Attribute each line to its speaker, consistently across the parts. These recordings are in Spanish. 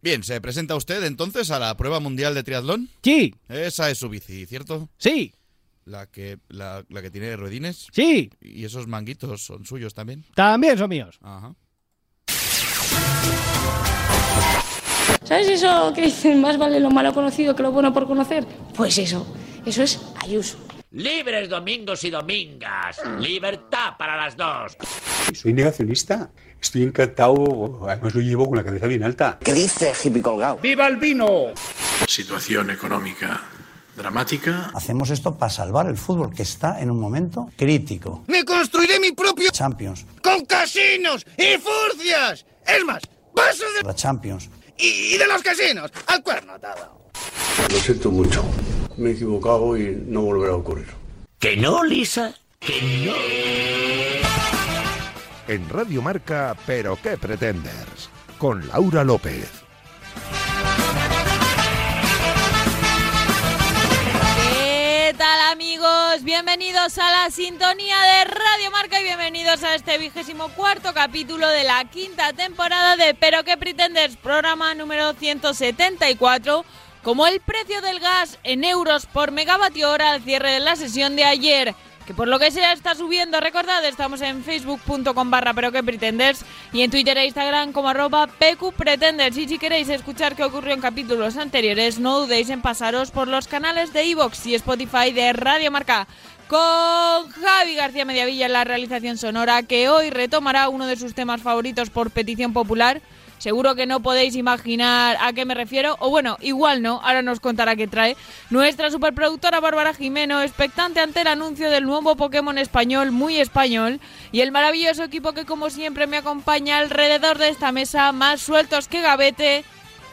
Speaker 1: Bien, ¿se presenta usted entonces a la prueba mundial de triatlón?
Speaker 2: Sí,
Speaker 1: Esa es su bici, ¿cierto?
Speaker 2: sí,
Speaker 1: La que, la, la que tiene ruedines.
Speaker 2: sí.
Speaker 1: Y esos manguitos son suyos también.
Speaker 2: También son míos.
Speaker 1: Ajá.
Speaker 3: ¿Sabes eso que dicen más vale lo malo conocido que lo bueno por conocer? Pues eso, eso es Ayuso.
Speaker 4: Libres domingos y domingas. Libertad para las dos.
Speaker 5: Soy negacionista. Estoy encantado. Además lo llevo con la cabeza bien alta.
Speaker 6: ¿Qué dice, hippie colgado?
Speaker 7: Situación económica dramática.
Speaker 6: Hacemos esto para salvar el fútbol que está en un momento crítico.
Speaker 8: Me construiré mi propio
Speaker 6: Champions,
Speaker 8: con casinos y furcias. Es más, paso de...
Speaker 6: la Champions.
Speaker 8: Y, y de los casinos al cuerno atado.
Speaker 9: Lo siento mucho. Me he equivocado y no volverá a ocurrir.
Speaker 4: ¿Que no, Lisa? ¿Que no?
Speaker 10: En Radio Marca, pero qué pretenders. Con Laura López.
Speaker 11: ¿Qué tal amigos? Bienvenidos a la sintonía de Radio Marca y bienvenidos a este vigésimo cuarto capítulo de la quinta temporada de Pero qué pretendes, programa número 174. Como el precio del gas en euros por megavatio hora al cierre de la sesión de ayer, que por lo que sea está subiendo, recordad, estamos en facebook.com barra pero que pretenders y en Twitter e Instagram como arroba pqpretenders. Y si queréis escuchar qué ocurrió en capítulos anteriores, no dudéis en pasaros por los canales de iVoox y Spotify de Radio Marca. Con Javi García Mediavilla en la realización sonora, que hoy retomará uno de sus temas favoritos por petición popular. Seguro que no podéis imaginar a qué me refiero, o bueno, igual no, ahora nos contará qué trae. Nuestra superproductora Bárbara Jimeno, expectante ante el anuncio del nuevo Pokémon español, muy español, y el maravilloso equipo que como siempre me acompaña alrededor de esta mesa, más sueltos que gavete.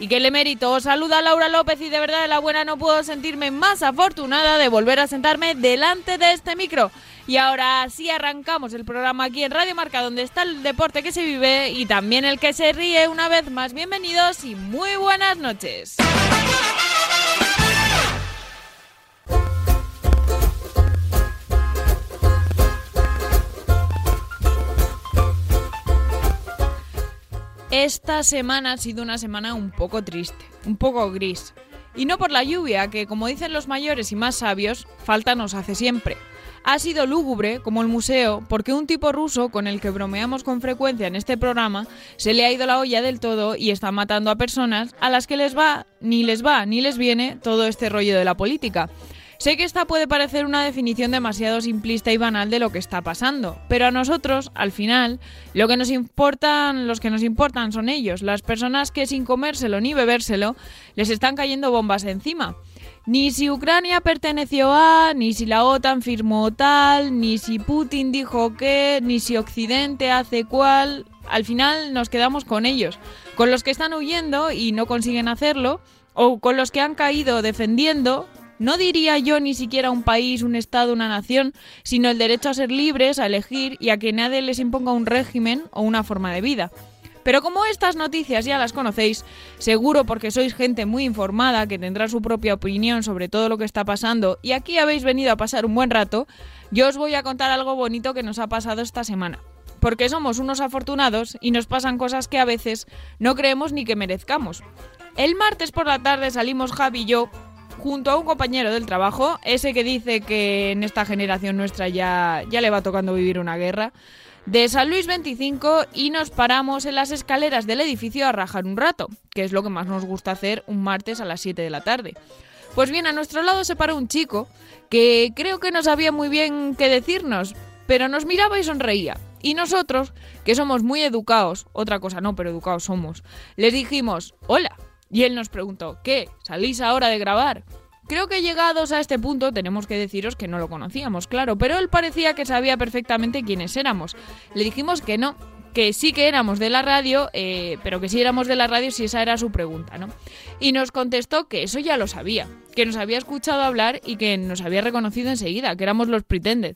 Speaker 11: Y que le mérito, os saluda Laura López y de verdad de la buena no puedo sentirme más afortunada de volver a sentarme delante de este micro. Y ahora sí arrancamos el programa aquí en Radio Marca, donde está el deporte que se vive y también el que se ríe. Una vez más, bienvenidos y muy buenas noches. Esta semana ha sido una semana un poco triste, un poco gris. Y no por la lluvia, que como dicen los mayores y más sabios, falta nos hace siempre. Ha sido lúgubre, como el museo, porque un tipo ruso con el que bromeamos con frecuencia en este programa se le ha ido la olla del todo y está matando a personas a las que les va, ni les va, ni les viene todo este rollo de la política. Sé que esta puede parecer una definición demasiado simplista y banal de lo que está pasando, pero a nosotros, al final, lo que nos importan, los que nos importan son ellos, las personas que sin comérselo ni bebérselo les están cayendo bombas encima. Ni si Ucrania perteneció a, ni si la OTAN firmó tal, ni si Putin dijo qué, ni si Occidente hace cuál. Al final nos quedamos con ellos, con los que están huyendo y no consiguen hacerlo, o con los que han caído defendiendo, no diría yo ni siquiera un país, un estado, una nación, sino el derecho a ser libres, a elegir y a que nadie les imponga un régimen o una forma de vida. Pero como estas noticias ya las conocéis, seguro porque sois gente muy informada que tendrá su propia opinión sobre todo lo que está pasando y aquí habéis venido a pasar un buen rato, yo os voy a contar algo bonito que nos ha pasado esta semana. Porque somos unos afortunados y nos pasan cosas que a veces no creemos ni que merezcamos. El martes por la tarde salimos Javi y yo junto a un compañero del trabajo, ese que dice que en esta generación nuestra ya, ya le va tocando vivir una guerra, de San Luis 25 y nos paramos en las escaleras del edificio a rajar un rato, que es lo que más nos gusta hacer un martes a las 7 de la tarde. Pues bien, a nuestro lado se paró un chico que creo que no sabía muy bien qué decirnos, pero nos miraba y sonreía. Y nosotros, que somos muy educados, otra cosa no, pero educados somos, les dijimos, hola. Y él nos preguntó, ¿qué? ¿Salís ahora de grabar? Creo que llegados a este punto tenemos que deciros que no lo conocíamos, claro, pero él parecía que sabía perfectamente quiénes éramos. Le dijimos que no, que sí que éramos de la radio, eh, pero que sí éramos de la radio si esa era su pregunta, ¿no? Y nos contestó que eso ya lo sabía, que nos había escuchado hablar y que nos había reconocido enseguida, que éramos los Pretended.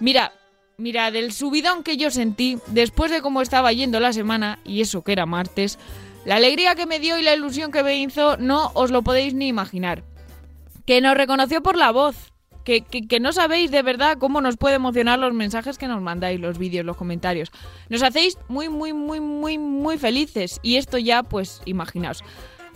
Speaker 11: Mira, mira, del subidón que yo sentí después de cómo estaba yendo la semana, y eso que era martes, la alegría que me dio y la ilusión que me hizo no os lo podéis ni imaginar que nos reconoció por la voz. Que, que- que no sabéis de verdad cómo nos puede emocionar los mensajes que nos mandáis, los vídeos, los comentarios. Nos hacéis muy, muy, muy, muy, muy felices. Y esto ya, pues, imaginaos.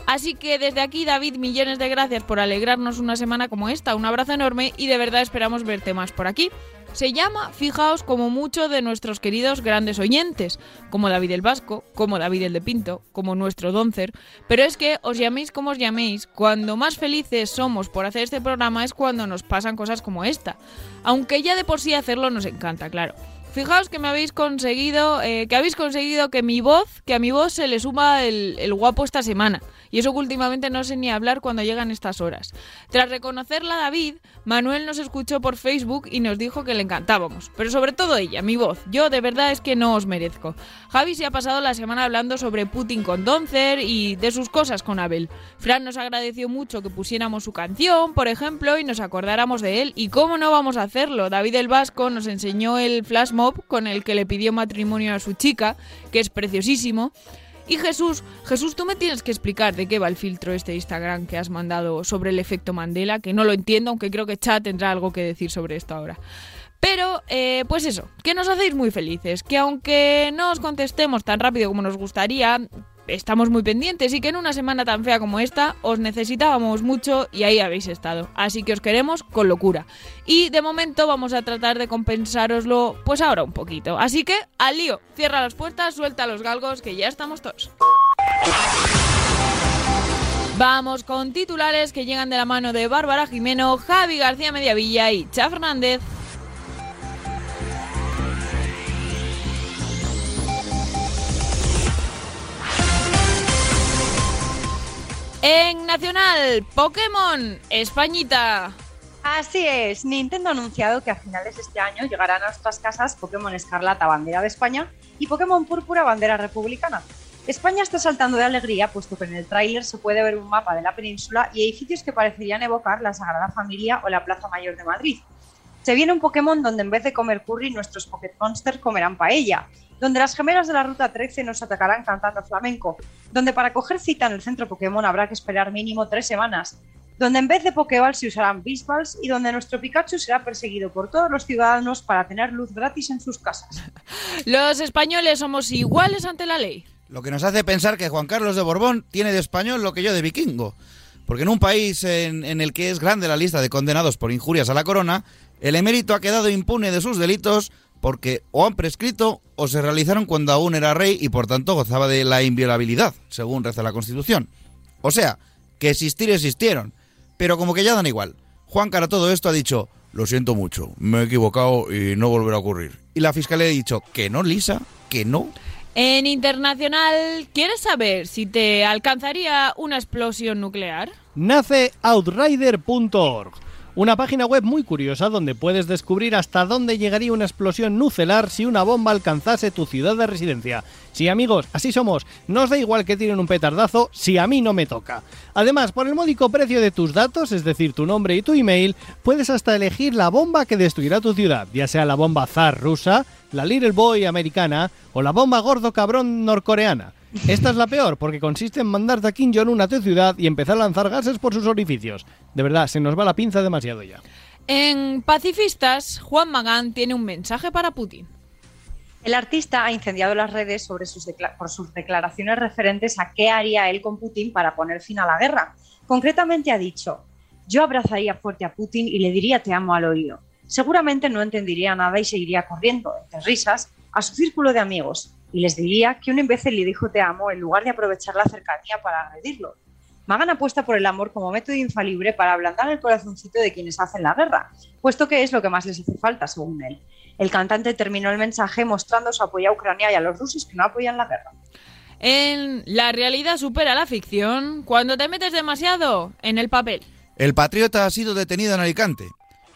Speaker 11: Así que desde aquí, David, millones de gracias por alegrarnos una semana como esta. Un abrazo enorme y de verdad esperamos verte más por aquí. Se llama, fijaos, como muchos de nuestros queridos grandes oyentes, como David el Vasco, como David el de Pinto, como nuestro Doncer, pero es que os llaméis como os llaméis, cuando más felices somos por hacer este programa es cuando nos pasan cosas como esta, aunque ya de por sí hacerlo nos encanta, claro. Fijaos que me habéis conseguido, eh, que habéis conseguido que mi voz, que a mi voz se le suma el, el guapo esta semana. Y eso que últimamente no sé ni hablar cuando llegan estas horas. Tras reconocerla David, Manuel nos escuchó por Facebook y nos dijo que le encantábamos. Pero sobre todo ella, mi voz. Yo de verdad es que no os merezco. Javi se ha pasado la semana hablando sobre Putin con Doncer y de sus cosas con Abel. Fran nos agradeció mucho que pusiéramos su canción, por ejemplo, y nos acordáramos de él. ¿Y cómo no vamos a hacerlo? David el Vasco nos enseñó el flash mob con el que le pidió matrimonio a su chica, que es preciosísimo. Y Jesús, Jesús, tú me tienes que explicar de qué va el filtro este Instagram que has mandado sobre el efecto Mandela, que no lo entiendo, aunque creo que Cha tendrá algo que decir sobre esto ahora. Pero, eh, pues eso, que nos hacéis muy felices, que aunque no os contestemos tan rápido como nos gustaría, estamos muy pendientes y que en una semana tan fea como esta os necesitábamos mucho y ahí habéis estado. Así que os queremos con locura. Y de momento vamos a tratar de compensároslo, pues ahora un poquito. Así que, al lío, cierra las puertas, suelta los galgos, que ya estamos todos. Vamos con titulares que llegan de la mano de Bárbara Jimeno, Javi García Mediavilla y Cha Fernández. En Nacional, Pokémon, Españita.
Speaker 2: Así es, Nintendo ha anunciado que a finales de este año llegará a nuestras casas Pokémon Escarlata, bandera de España, y Pokémon Púrpura, bandera republicana. España está saltando de alegría, puesto que en el tráiler se puede ver un mapa de la península y edificios que parecerían evocar la Sagrada Familia o la Plaza Mayor de Madrid. Se viene un Pokémon donde en vez de comer curry, nuestros Pocket Monsters comerán paella, donde las gemelas de la Ruta 13 nos atacarán cantando flamenco, donde para coger cita en el centro Pokémon habrá que esperar mínimo tres semanas, donde en vez de Pokéballs se usarán Bisballs y donde nuestro Pikachu será perseguido por todos los ciudadanos para tener luz gratis en sus casas.
Speaker 11: Los españoles somos iguales ante la ley.
Speaker 1: Lo que nos hace pensar que Juan Carlos de Borbón tiene de español lo que yo de vikingo. Porque en un país en, en el que es grande la lista de condenados por injurias a la corona, el emérito ha quedado impune de sus delitos porque o han prescrito o se realizaron cuando aún era rey y por tanto gozaba de la inviolabilidad, según reza la Constitución. O sea, que existir existieron, pero como que ya dan igual. Juan Cara todo esto ha dicho, lo siento mucho, me he equivocado y no volverá a ocurrir. Y la fiscal le ha dicho, que no, Lisa, que no,
Speaker 11: En Internacional, ¿quieres saber si te alcanzaría una explosión nuclear?
Speaker 12: Nace Outrider.org, una página web muy curiosa donde puedes descubrir hasta dónde llegaría una explosión nucelar si una bomba alcanzase tu ciudad de residencia. Sí, amigos, así somos. No os da igual que tiren un petardazo si a mí no me toca. Además, por el módico precio de tus datos, es decir, tu nombre y tu email, puedes hasta elegir la bomba que destruirá tu ciudad, ya sea la bomba zar rusa, la Little Boy americana o la bomba gordo cabrón norcoreana. Esta es la peor, porque consiste en mandarte a Kim Jong-un a tu ciudad y empezar a lanzar gases por sus orificios. De verdad, se nos va la pinza demasiado ya.
Speaker 11: En Pacifistas, Juan Magán tiene un mensaje para Putin.
Speaker 2: El artista ha incendiado las redes sobre sus decla- por sus declaraciones referentes a qué haría él con Putin para poner fin a la guerra. Concretamente ha dicho, yo abrazaría fuerte a Putin y le diría te amo al oído. Seguramente no entendería nada y seguiría corriendo, entre risas, a su círculo de amigos y les diría que un imbécil le dijo te amo en lugar de aprovechar la cercanía para agredirlo. Magan apuesta por el amor como método infalible para ablandar el corazoncito de quienes hacen la guerra, puesto que es lo que más les hace falta, según él. El cantante terminó el mensaje mostrando su apoyo a Ucrania y a los rusos que no apoyan la guerra.
Speaker 11: En La realidad supera la ficción cuando te metes demasiado en el papel.
Speaker 1: El Patriota ha sido detenido en Alicante.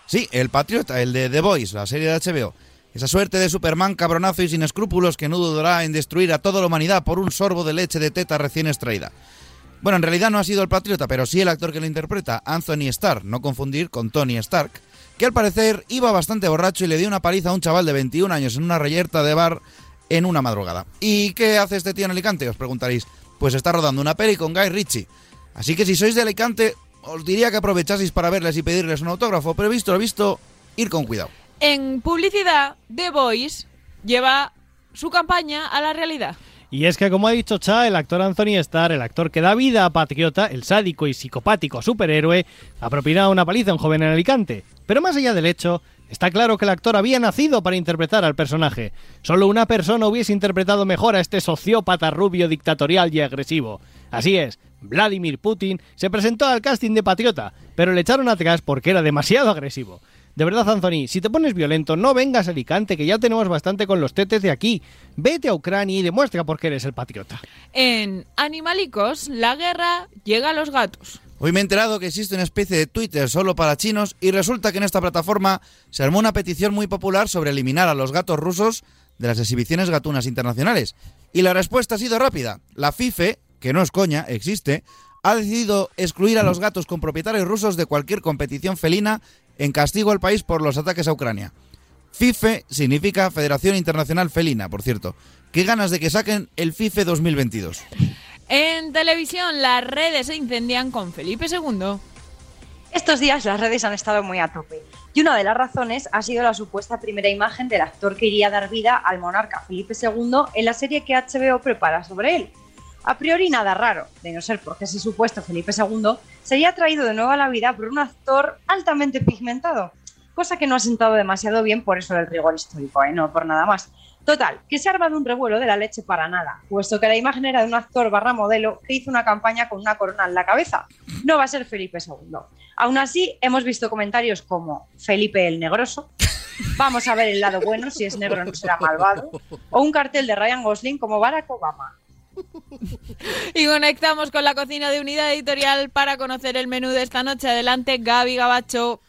Speaker 1: Sí, el Patriota, el de The Voice, la serie de HBO. Esa suerte de Superman cabronazo y sin escrúpulos que no dudará en destruir a toda la humanidad por un sorbo de leche de teta recién extraída. Bueno, en realidad no ha sido el Patriota, pero sí el actor que lo interpreta, Anthony Starr, no confundir con Tony Stark, que al parecer iba bastante borracho y le dio una paliza a un chaval de 21 años en una reyerta de bar en una madrugada. ¿Y qué hace este tío en Alicante? Os preguntaréis. Pues está rodando una peli con Guy Ritchie. Así que si sois de Alicante, os diría que aprovechaseis para verles y pedirles un autógrafo, pero visto lo visto, ir con cuidado.
Speaker 11: En publicidad, The Voice lleva su campaña a la realidad.
Speaker 12: Y es que, como ha dicho Cha, el actor Anthony Starr, el actor que da vida a Patriota, el sádico y psicopático superhéroe, ha propinado una paliza a un joven en Alicante. Pero más allá del hecho, está claro que el actor había nacido para interpretar al personaje. Solo una persona hubiese interpretado mejor a este sociópata rubio dictatorial y agresivo. Así es, Vladimir Putin se presentó al casting de Patriota, pero le echaron atrás porque era demasiado agresivo. De verdad, Anthony, si te pones violento, no vengas a Alicante, que ya tenemos bastante con los tetes de aquí. Vete a Ucrania y demuestra por qué eres el patriota.
Speaker 11: En Animalicos, la guerra llega a los gatos.
Speaker 1: Hoy me he enterado que existe una especie de Twitter solo para chinos y resulta que en esta plataforma se armó una petición muy popular sobre eliminar a los gatos rusos de las exhibiciones gatunas internacionales. Y la respuesta ha sido rápida. La FIFE, que no es coña, existe, ha decidido excluir a los gatos con propietarios rusos de cualquier competición felina en castigo al país por los ataques a Ucrania. FIFE significa Federación Internacional Felina, por cierto. Qué ganas de que saquen el FIFE 2022.
Speaker 11: En televisión, las redes se incendian con Felipe II.
Speaker 2: Estos días las redes han estado muy a tope y una de las razones ha sido la supuesta primera imagen del actor que iría a dar vida al monarca Felipe II en la serie que HBO prepara sobre él. A priori nada raro, de no ser porque ese supuesto Felipe II sería traído de nuevo a la vida por un actor altamente pigmentado, cosa que no ha sentado demasiado bien por eso del rigor histórico, ¿eh? no por nada más. Total, que se ha armado un revuelo de la leche para nada, puesto que la imagen era de un actor barra modelo que hizo una campaña con una corona en la cabeza. No va a ser Felipe II. Aún así, hemos visto comentarios como Felipe el Negroso, vamos a ver el lado bueno, si es negro no será malvado, o un cartel de Ryan Gosling como Barack Obama,
Speaker 11: Y conectamos con la cocina de unidad editorial para conocer el menú de esta noche. Adelante, Gaby Gabacho.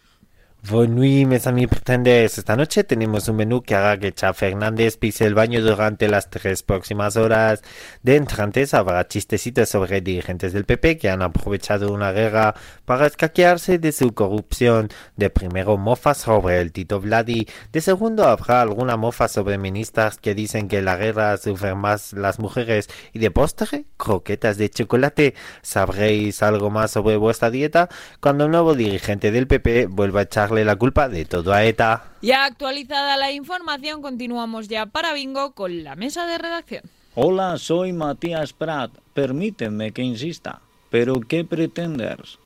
Speaker 13: Bonne nuit, mes amis pretendes. Esta noche tenemos un menú que hará que Cha Fernández pise el baño durante las tres próximas horas. De entrantes habrá chistecitos sobre dirigentes del PP que han aprovechado una guerra para escaquearse de su corrupción. De primero, mofas sobre el Tito Vladi. De segundo, habrá alguna mofa sobre ministras que dicen que la guerra sufren más las mujeres. Y de postre, croquetas de chocolate. Sabréis algo más sobre vuestra dieta cuando un nuevo dirigente del PP vuelva a echar la culpa de todo a ETA.
Speaker 11: Ya actualizada la información, continuamos ya para Bingo con la mesa de redacción.
Speaker 14: Hola, soy Matías Prat. Permíteme que insista. ¿Pero qué pretendes?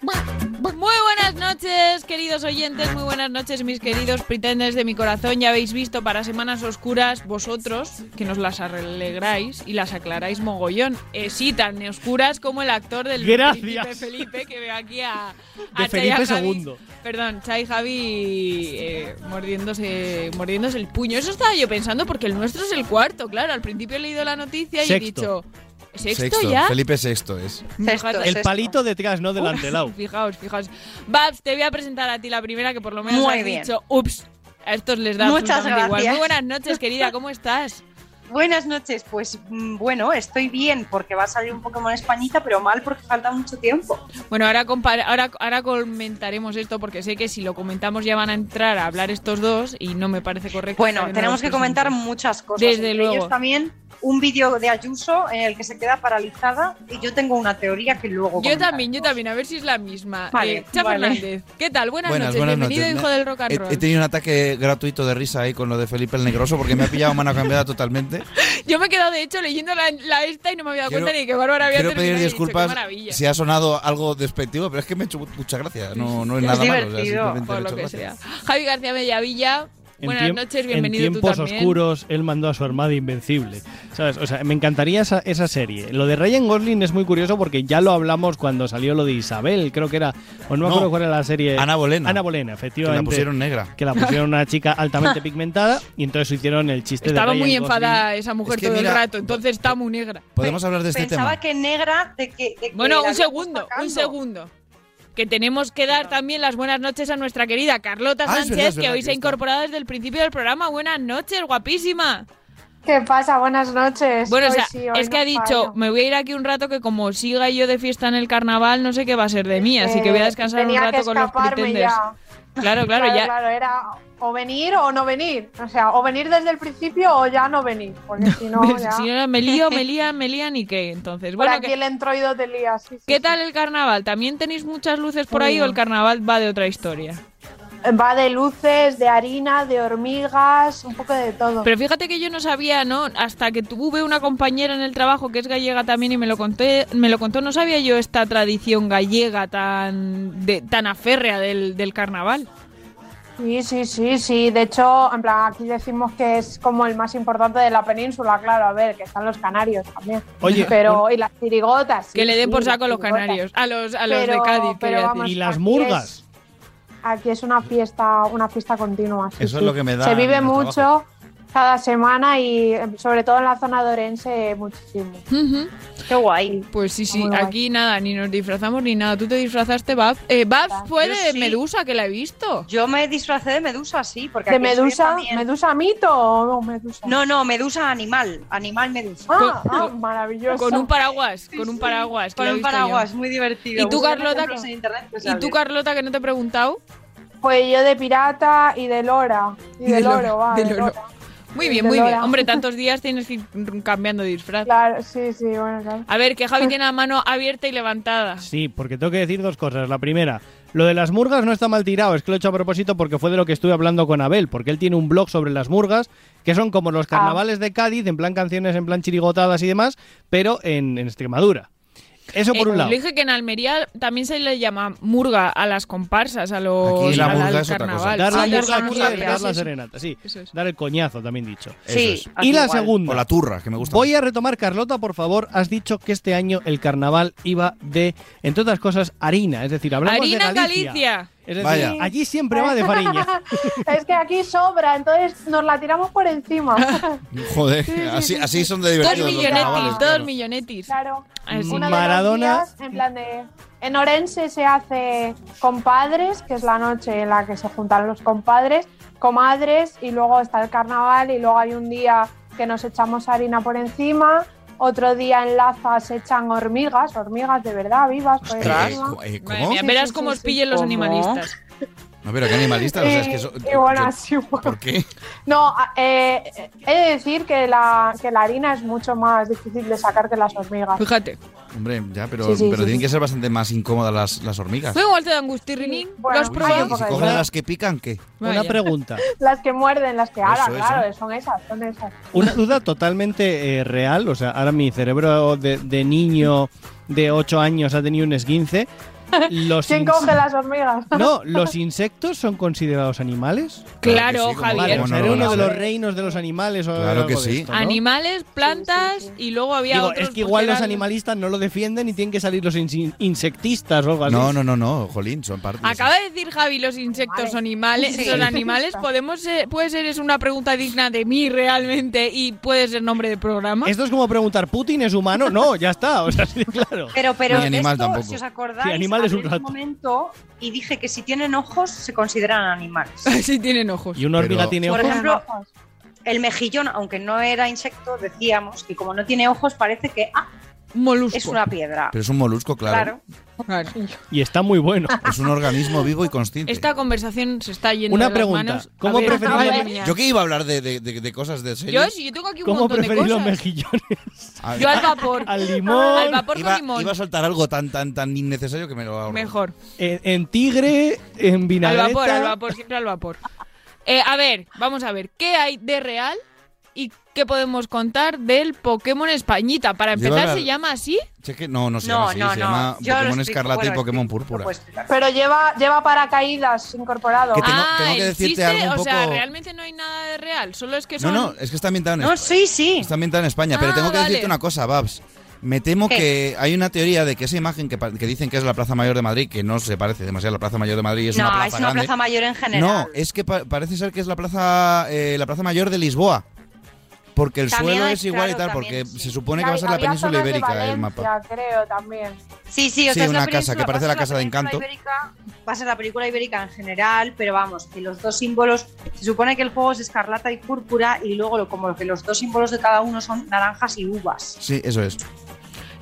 Speaker 11: Muy buenas noches, queridos oyentes, muy buenas noches, mis queridos pretenders de mi corazón. Ya habéis visto para Semanas Oscuras, vosotros, que nos las alegráis y las aclaráis mogollón. Eh, sí, tan oscuras como el actor del Príncipe
Speaker 12: Gracias.
Speaker 11: Felipe, que veo aquí a,
Speaker 12: De
Speaker 11: a Chay y a
Speaker 12: Felipe
Speaker 11: Javi.
Speaker 12: II.
Speaker 11: Perdón, Chai Javi eh, mordiéndose, mordiéndose el puño. Eso estaba yo pensando porque el nuestro es el cuarto, claro. Al principio he leído la noticia y he
Speaker 12: Sexto.
Speaker 11: dicho... ¿Sexto, ya?
Speaker 1: Felipe VI es.
Speaker 11: Sexto,
Speaker 12: el
Speaker 11: sexto.
Speaker 12: palito detrás, no delante, Lau.
Speaker 11: Fijaos, fijaos. Babs, te voy a presentar a ti la primera que por lo menos
Speaker 2: Muy
Speaker 11: has
Speaker 2: bien.
Speaker 11: dicho, ups, a estos les da
Speaker 2: Muchas
Speaker 11: absolutamente igual.
Speaker 2: gracias.
Speaker 11: Muy buenas noches, querida, ¿cómo estás?
Speaker 2: Buenas noches, pues mm, bueno, estoy bien porque va a salir un Pokémon Españita, pero mal porque falta mucho tiempo.
Speaker 11: Bueno, ahora, compar- ahora, ahora comentaremos esto porque sé que si lo comentamos ya van a entrar a hablar estos dos y no me parece correcto.
Speaker 2: Bueno,
Speaker 11: hasta no
Speaker 2: tenemos
Speaker 11: los
Speaker 2: que
Speaker 11: presente.
Speaker 2: comentar muchas cosas.
Speaker 11: Desde
Speaker 2: Entre
Speaker 11: luego.
Speaker 2: ellos también un vídeo de Ayuso en el que se queda paralizada y yo tengo una teoría que luego
Speaker 11: Yo
Speaker 2: comentaré.
Speaker 11: también, yo también, a ver si es la misma.
Speaker 2: Vale,
Speaker 11: Eh, Cha
Speaker 2: vale.
Speaker 11: Fernández, ¿qué tal? Buenas,
Speaker 1: Buenas,
Speaker 11: noches,
Speaker 1: buenas
Speaker 11: bienvenido
Speaker 1: noches. Eh,
Speaker 11: hijo del rock and roll.
Speaker 1: He, he tenido un ataque gratuito de risa ahí con lo de Felipe el Negroso porque me ha pillado mano cambiada totalmente.
Speaker 11: Yo me he quedado, de hecho, leyendo la, la esta y no me había dado
Speaker 1: Quiero-
Speaker 11: cuenta ni que Bárbara había
Speaker 1: Quiero
Speaker 11: terminado
Speaker 1: pedir
Speaker 11: y he dicho, qué
Speaker 1: disculpas
Speaker 11: maravilla.
Speaker 1: si ha sonado algo despectivo, pero es que me ha hecho mucha gracia. No, no es,
Speaker 11: Es
Speaker 1: nada malo. o sea,
Speaker 11: divertido,
Speaker 1: simplemente
Speaker 11: por
Speaker 1: me ha
Speaker 11: lo
Speaker 1: hecho
Speaker 11: que
Speaker 1: gracia.
Speaker 11: Javi García Bellavilla,
Speaker 12: En
Speaker 11: buenas
Speaker 12: tiemp-
Speaker 11: noches, bienvenido
Speaker 12: En tiempos
Speaker 11: tú también.
Speaker 12: oscuros, él mandó a su armada invencible. ¿Sabes? O sea, me encantaría esa, esa serie. Lo de Ryan Gosling es muy curioso porque ya lo hablamos cuando salió lo de Isabel, creo que era. O no me
Speaker 1: No,
Speaker 12: acuerdo cuál era la serie.
Speaker 1: Ana Bolena.
Speaker 12: Ana Bolena, efectivamente.
Speaker 1: Que la pusieron negra.
Speaker 12: Que la pusieron una chica altamente pigmentada y entonces hicieron el chiste
Speaker 11: Estaba
Speaker 12: de Ryan
Speaker 11: muy
Speaker 12: Gosling.
Speaker 11: enfadada esa mujer
Speaker 12: Es que
Speaker 11: todo
Speaker 12: mira,
Speaker 11: el rato, entonces está muy negra.
Speaker 12: Podemos hablar de este
Speaker 2: Pensaba
Speaker 12: tema.
Speaker 2: que negra de que. de que la
Speaker 11: Bueno, un
Speaker 2: habíamos
Speaker 11: segundo, un
Speaker 2: sacando.
Speaker 11: segundo. Que tenemos que dar también las buenas noches a nuestra querida Carlota
Speaker 2: Ah, es
Speaker 11: Sánchez,
Speaker 2: verdad, es
Speaker 11: que
Speaker 2: verdad,
Speaker 11: hoy
Speaker 2: que
Speaker 11: se ha
Speaker 2: está.
Speaker 11: incorporado desde el principio del programa. Buenas noches, guapísima.
Speaker 15: ¿Qué pasa? Buenas noches.
Speaker 11: Bueno, o
Speaker 15: Hoy
Speaker 11: sea,
Speaker 15: sí, hoy
Speaker 11: es que
Speaker 15: no
Speaker 11: ha dicho,
Speaker 15: fallo.
Speaker 11: me voy a ir aquí un rato que como siga yo de fiesta en el carnaval, no sé qué va a ser de mí, así que voy a
Speaker 15: Eh,
Speaker 11: descansar un
Speaker 15: tenía
Speaker 11: rato
Speaker 15: que
Speaker 11: con los
Speaker 15: escaparme
Speaker 11: pretenders.
Speaker 15: ya.
Speaker 11: Claro, claro, ya.
Speaker 15: Claro, era o venir o no venir. O sea, o venir desde el principio o ya no venir. Porque si no,
Speaker 11: Pues,
Speaker 15: ya.
Speaker 11: si no, me lío, me lían, me lían y qué. Entonces,
Speaker 15: Por
Speaker 11: bueno,
Speaker 15: aquí
Speaker 11: ¿qué,
Speaker 15: el entroido te lía. sí, sí,
Speaker 11: qué
Speaker 15: sí.
Speaker 11: tal el carnaval? ¿También tenéis muchas luces por ahí
Speaker 15: Uy.
Speaker 11: o el carnaval va de otra historia?
Speaker 15: Va de luces, de harina, de hormigas, un poco de todo.
Speaker 11: Pero fíjate que yo no sabía, ¿no? Hasta que tuve una compañera en el trabajo que es gallega también y me lo conté, me lo contó, no sabía yo esta tradición gallega tan de- tan aférrea del, del carnaval.
Speaker 15: Sí, sí, sí, sí. De hecho, en plan, aquí decimos que es como el más importante de la península, claro, a ver, que están los canarios también.
Speaker 12: Oye,
Speaker 15: pero y las chirigotas. sí,
Speaker 11: que le den
Speaker 15: sí,
Speaker 11: por
Speaker 15: las
Speaker 11: saco a los
Speaker 15: chirigotas.
Speaker 11: canarios, a los a los de
Speaker 15: Pero-
Speaker 11: Cádiz,
Speaker 15: pero
Speaker 11: quería decir.
Speaker 15: vamos,
Speaker 12: Y las
Speaker 15: aquí
Speaker 12: murgas.
Speaker 15: es- aquí es una fiesta, una fiesta continua. sí,
Speaker 1: Eso es
Speaker 15: sí.
Speaker 1: lo que me da
Speaker 15: Se vive
Speaker 1: en el
Speaker 15: mucho
Speaker 1: trabajo.
Speaker 15: cada semana y eh, sobre todo en la zona de Orense muchísimo.
Speaker 11: Qué guay. Pues sí, sí,
Speaker 15: Muy guay.
Speaker 11: aquí nada, ni nos disfrazamos ni nada. Tú te disfrazaste, Babs. Eh, Babs fue
Speaker 2: Yo
Speaker 11: de
Speaker 2: sí.
Speaker 11: Medusa, que la he visto.
Speaker 2: Yo me disfracé de Medusa, sí, porque
Speaker 15: ¿De
Speaker 2: aquí estoy
Speaker 15: Medusa?
Speaker 2: también-
Speaker 15: ¿Medusa mito o no Medusa?
Speaker 2: No, no, Medusa animal, animal Medusa.
Speaker 15: Ah, ah, maravilloso.
Speaker 11: Con un paraguas, con un paraguas. que
Speaker 2: Con
Speaker 11: la he
Speaker 2: un
Speaker 11: visto yo.
Speaker 2: paraguas, muy divertido.
Speaker 11: ¿Y tú,
Speaker 2: Buscar
Speaker 11: Carlota,
Speaker 2: ejemplos
Speaker 11: que-
Speaker 2: en internet pues que se
Speaker 11: ¿Y tú,
Speaker 2: abren.
Speaker 11: Carlota, que no te he preguntado?
Speaker 15: Pues yo de pirata y de lora. Y, del,
Speaker 11: loro,
Speaker 15: oro, va.
Speaker 11: del
Speaker 15: del
Speaker 11: oro.
Speaker 15: oro.
Speaker 11: Muy
Speaker 15: Y
Speaker 11: bien,
Speaker 15: del
Speaker 11: muy bien.
Speaker 15: oro.
Speaker 11: Hombre, tantos días tienes que ir mm, cambiando de disfraz.
Speaker 15: Claro, sí, sí, bueno, claro.
Speaker 11: A ver, que Javi tiene la mano abierta y levantada.
Speaker 12: Sí, porque tengo que decir dos cosas. La primera, lo de las murgas no está mal tirado, es que lo he hecho a propósito porque fue de lo que estuve hablando con Abel, porque él tiene un blog sobre las murgas, que son como
Speaker 11: Ah.
Speaker 12: los carnavales de Cádiz, en plan canciones, en plan chirigotadas y demás, pero en, en Extremadura. Eso por
Speaker 11: Eh,
Speaker 12: un lado.
Speaker 11: le dije que en Almería también se le llama murga a las comparsas, a los
Speaker 12: Aquí la
Speaker 11: al- al
Speaker 12: murga es otra
Speaker 11: carnaval.
Speaker 12: cosa. Dar la
Speaker 11: Sí, yo
Speaker 12: murga
Speaker 11: no
Speaker 12: aquí
Speaker 11: sabía.
Speaker 12: es dar
Speaker 11: Sí,
Speaker 12: la
Speaker 11: sí.
Speaker 12: serenata, sí.
Speaker 11: Eso es.
Speaker 12: Dar el coñazo, también dicho.
Speaker 11: Sí,
Speaker 12: Eso es.
Speaker 11: aquí
Speaker 12: Y la
Speaker 11: igual.
Speaker 12: segunda.
Speaker 1: O la turra, que me gusta.
Speaker 12: Voy a retomar, Carlota, por favor. Has dicho que este año el carnaval iba de, entre otras cosas, harina. Es decir, hablamos
Speaker 11: Harina
Speaker 12: de
Speaker 11: en Galicia.
Speaker 12: Es decir,
Speaker 1: Vaya.
Speaker 12: allí siempre va de fariña.
Speaker 15: es que aquí sobra, entonces nos la tiramos por encima.
Speaker 1: Joder, así, así son de
Speaker 11: Dos
Speaker 1: divertidos los
Speaker 11: millonetis,
Speaker 1: carnavales,
Speaker 11: dos
Speaker 1: claro.
Speaker 11: millonetis.
Speaker 15: Claro.
Speaker 11: Así.
Speaker 1: Mm,
Speaker 15: Uno de los
Speaker 12: Maradona.
Speaker 15: días, en plan de. En Orense se hace compadres, que es la noche en la que se juntan los compadres, comadres, y luego está el carnaval, y luego hay un día que nos echamos harina por encima, otro día en Laza se echan hormigas, hormigas de verdad, vivas pues. por
Speaker 1: Ostras.
Speaker 15: encima.
Speaker 1: Eh, ¿cómo?
Speaker 11: Madre mía,
Speaker 1: Sí,
Speaker 11: verás
Speaker 15: sí,
Speaker 11: cómo
Speaker 15: sí,
Speaker 11: os
Speaker 15: sí.
Speaker 11: pillen los
Speaker 15: ¿Cómo?
Speaker 11: animalistas.
Speaker 1: No, pero qué animalistas, o sea, es
Speaker 11: Eh,
Speaker 1: que
Speaker 15: Y-
Speaker 1: eso-
Speaker 15: y bueno,
Speaker 1: yo-
Speaker 15: así un poco.
Speaker 1: ¿Por qué?
Speaker 15: No, a- eh, eh, he de decir que la, que la harina es mucho más difícil de sacar que las hormigas.
Speaker 11: Fíjate.
Speaker 1: Hombre, ya, pero,
Speaker 15: Sí, sí,
Speaker 1: pero
Speaker 15: sí,
Speaker 1: tienen
Speaker 15: sí.
Speaker 1: que ser bastante más incómodas las, las hormigas.
Speaker 11: Fue igual te dan gustirrinín.
Speaker 15: Bueno,
Speaker 11: ¿Lo has
Speaker 15: sí,
Speaker 11: probado?
Speaker 15: un
Speaker 1: ¿Y si
Speaker 15: poco de-
Speaker 1: cogen a las que pican, qué?
Speaker 12: Una
Speaker 11: Vaya.
Speaker 12: pregunta.
Speaker 15: Las que muerden, las que ahora,
Speaker 12: Eso, eso.
Speaker 15: claro, son esas, son esas.
Speaker 12: Una duda totalmente eh, real. O sea, ahora mi cerebro de, de niño de 8 años ha tenido un esguince. Los
Speaker 15: ¿Quién
Speaker 12: ins-
Speaker 15: coge las hormigas?
Speaker 12: No, ¿los insectos son considerados animales?
Speaker 11: Claro,
Speaker 1: que sí, como-
Speaker 11: Javier.
Speaker 12: Vale, o sea,
Speaker 1: no
Speaker 12: era
Speaker 1: lo van
Speaker 12: uno
Speaker 1: a
Speaker 12: de
Speaker 1: ser?
Speaker 12: los reinos de los animales o
Speaker 1: Claro que
Speaker 12: algo de
Speaker 1: sí.
Speaker 12: esto, ¿no?
Speaker 11: Animales, plantas y luego había
Speaker 12: Digo,
Speaker 11: otros
Speaker 12: es que igual
Speaker 11: porque
Speaker 12: los
Speaker 11: eran-
Speaker 12: animalistas no lo defienden y tienen que salir los insin- insectistas o algo así.
Speaker 1: No, no, no, no, jolín, son partes.
Speaker 11: Acaba de decir Javi, los insectos son animales.
Speaker 2: Sí.
Speaker 11: Son animales. Podemos ser- puede ser es una pregunta digna de mí realmente y puede ser nombre de programa.
Speaker 12: Esto es como preguntar, ¿Putin es humano? No, ya está, o sea, sí, claro.
Speaker 2: Pero, pero
Speaker 12: Ni animal
Speaker 2: esto,
Speaker 12: tampoco.
Speaker 2: si os acordáis,
Speaker 12: Sí, animal es un
Speaker 2: hablé
Speaker 12: rato.
Speaker 2: momento y dije que si tienen ojos se consideran animales.
Speaker 11: Sí tienen ojos.
Speaker 12: ¿Y una hormiga
Speaker 1: Pero-
Speaker 12: tiene
Speaker 2: Por
Speaker 12: ojos?
Speaker 2: ejemplo, el mejillón, aunque no era insecto, decíamos que como no tiene ojos parece que ah,
Speaker 11: Un molusco.
Speaker 2: es una piedra.
Speaker 1: Pero es un molusco, claro.
Speaker 2: Claro.
Speaker 11: Claro.
Speaker 12: Y está muy bueno.
Speaker 1: Es un organismo vivo y consciente.
Speaker 11: Esta conversación se está yendo
Speaker 12: Una
Speaker 11: de las
Speaker 12: pregunta,
Speaker 11: manos. A
Speaker 12: ¿cómo
Speaker 11: ver,
Speaker 12: preferís
Speaker 11: madre
Speaker 12: los-
Speaker 11: mía.
Speaker 1: Yo que iba a hablar de, de- de- de cosas de
Speaker 11: Yo,
Speaker 1: series.
Speaker 11: sí, yo tengo aquí un
Speaker 12: ¿Cómo
Speaker 11: montón de
Speaker 12: preferís los
Speaker 11: cosas.
Speaker 12: mejillones?
Speaker 1: A ver,
Speaker 11: Yo al vapor.
Speaker 12: Al limón.
Speaker 11: Al vapor con
Speaker 1: iba,
Speaker 11: limón.
Speaker 1: iba a soltar algo tan tan tan innecesario que me lo ahorro.
Speaker 11: Mejor.
Speaker 12: En, en tigre, en
Speaker 11: Al
Speaker 12: vinagreta.
Speaker 11: vapor, al vapor, siempre al vapor. Eh, a ver, vamos a ver, ¿qué hay de real y qué podemos contar del Pokémon Españita? Para
Speaker 1: Lleva
Speaker 11: empezar,
Speaker 1: la-
Speaker 11: ¿se llama así?
Speaker 1: Che, que no, no se
Speaker 2: No,
Speaker 1: llama así,
Speaker 2: no,
Speaker 1: se
Speaker 2: no.
Speaker 1: llama
Speaker 2: Yo lo
Speaker 1: Pokémon
Speaker 2: explico,
Speaker 1: Escarlata
Speaker 2: bueno,
Speaker 1: y Pokémon
Speaker 2: explico,
Speaker 1: Púrpura.
Speaker 2: lo puedo explicar.
Speaker 15: Pero lleva, lleva paracaídas incorporado.
Speaker 1: Que tengo-
Speaker 11: ah,
Speaker 1: tengo que decirte
Speaker 11: existe,
Speaker 1: algo un
Speaker 11: o sea,
Speaker 1: poco-
Speaker 11: realmente no hay nada de real, solo es que
Speaker 1: No,
Speaker 11: son...
Speaker 1: no, es que está ambientada en
Speaker 2: No,
Speaker 1: España.
Speaker 2: sí, sí.
Speaker 1: Está ambientada en España, pero
Speaker 11: Ah,
Speaker 1: tengo que
Speaker 11: vale.
Speaker 1: decirte una cosa, Babs. Me temo
Speaker 2: ¿Qué?
Speaker 1: que hay una teoría de que esa imagen que, pa- que dicen que es la Plaza Mayor de Madrid, que no se parece demasiado a la Plaza Mayor de Madrid, es
Speaker 2: no,
Speaker 1: una plaza
Speaker 2: es una
Speaker 1: grande.
Speaker 2: plaza mayor en general.
Speaker 1: No, es que pa- parece ser que es la plaza eh, la plaza mayor de Lisboa. Porque el
Speaker 2: También
Speaker 1: suelo
Speaker 2: es,
Speaker 1: es igual y
Speaker 2: claro,
Speaker 1: tal, porque
Speaker 2: también, sí.
Speaker 1: se supone que va a ser la
Speaker 15: Había
Speaker 1: península
Speaker 15: zonas de
Speaker 1: ibérica eh, el
Speaker 15: Valencia,
Speaker 1: mapa.
Speaker 15: creo también.
Speaker 2: Sí, sí, o
Speaker 1: Sí,
Speaker 2: sea, es
Speaker 1: una
Speaker 2: la
Speaker 1: casa
Speaker 2: península-
Speaker 1: que parece la
Speaker 2: va a ser
Speaker 1: casa de Encanto.
Speaker 2: península ibérica, va a ser la película ibérica en general, pero vamos, que los dos símbolos, se supone que el juego es escarlata y púrpura y luego lo- como que los dos símbolos de cada uno son naranjas y uvas.
Speaker 1: Sí, eso es.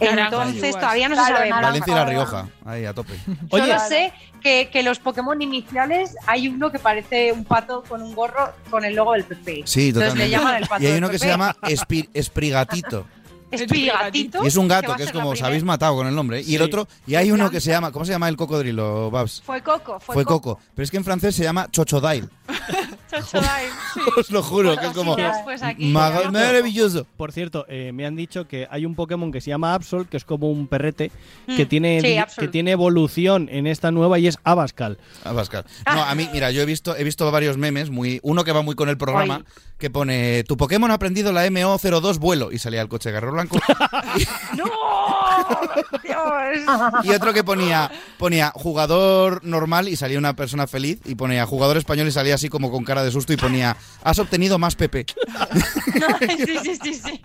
Speaker 2: Entonces todavía Ah, no se
Speaker 15: Claro,
Speaker 2: sabe. nada.
Speaker 1: Valencia y La Rioja, ahí a tope.
Speaker 2: Solo sé que, que los Pokémon iniciales hay uno que parece un pato con un gorro con el logo del PP.
Speaker 1: Sí,
Speaker 2: Entonces le
Speaker 1: totalmente.
Speaker 2: llaman el pato
Speaker 1: Y hay
Speaker 2: del
Speaker 1: uno que se
Speaker 2: PP.
Speaker 1: llama Espri- Esprigatito.
Speaker 2: Espigatito.
Speaker 1: Y es un gato,
Speaker 2: va a
Speaker 1: que es
Speaker 2: ser la
Speaker 1: como os
Speaker 2: primera.
Speaker 1: habéis matado con el nombre. ¿eh? Y el otro, y hay uno que se llama, ¿cómo se llama el cocodrilo, Babs?
Speaker 2: Fue Coco, fue,
Speaker 1: Fue Coco. Pero es que en francés se llama Chochodail.
Speaker 2: Chochodail, sí.
Speaker 1: Os lo juro, que es como.
Speaker 2: Cositas, pues, aquí.
Speaker 1: Maga- maravilloso.
Speaker 12: Por cierto, eh, me han dicho que hay un Pokémon que se llama Absol, que es como un perrete,
Speaker 1: Mm,
Speaker 12: que, tiene,
Speaker 1: sí,
Speaker 12: que
Speaker 1: Absol.
Speaker 12: tiene evolución en esta nueva y es Abascal.
Speaker 1: Abascal. No, a mí, mira, yo he visto, he visto varios memes, muy, uno que va muy con el programa, que pone tu Pokémon ha aprendido la MO02 vuelo y salía el coche de Garro Blanco. Y otro que ponía, ponía jugador normal y salía una persona feliz y ponía jugador español y salía así como con cara de susto y ponía has obtenido más PP.
Speaker 2: sí, sí, sí, sí.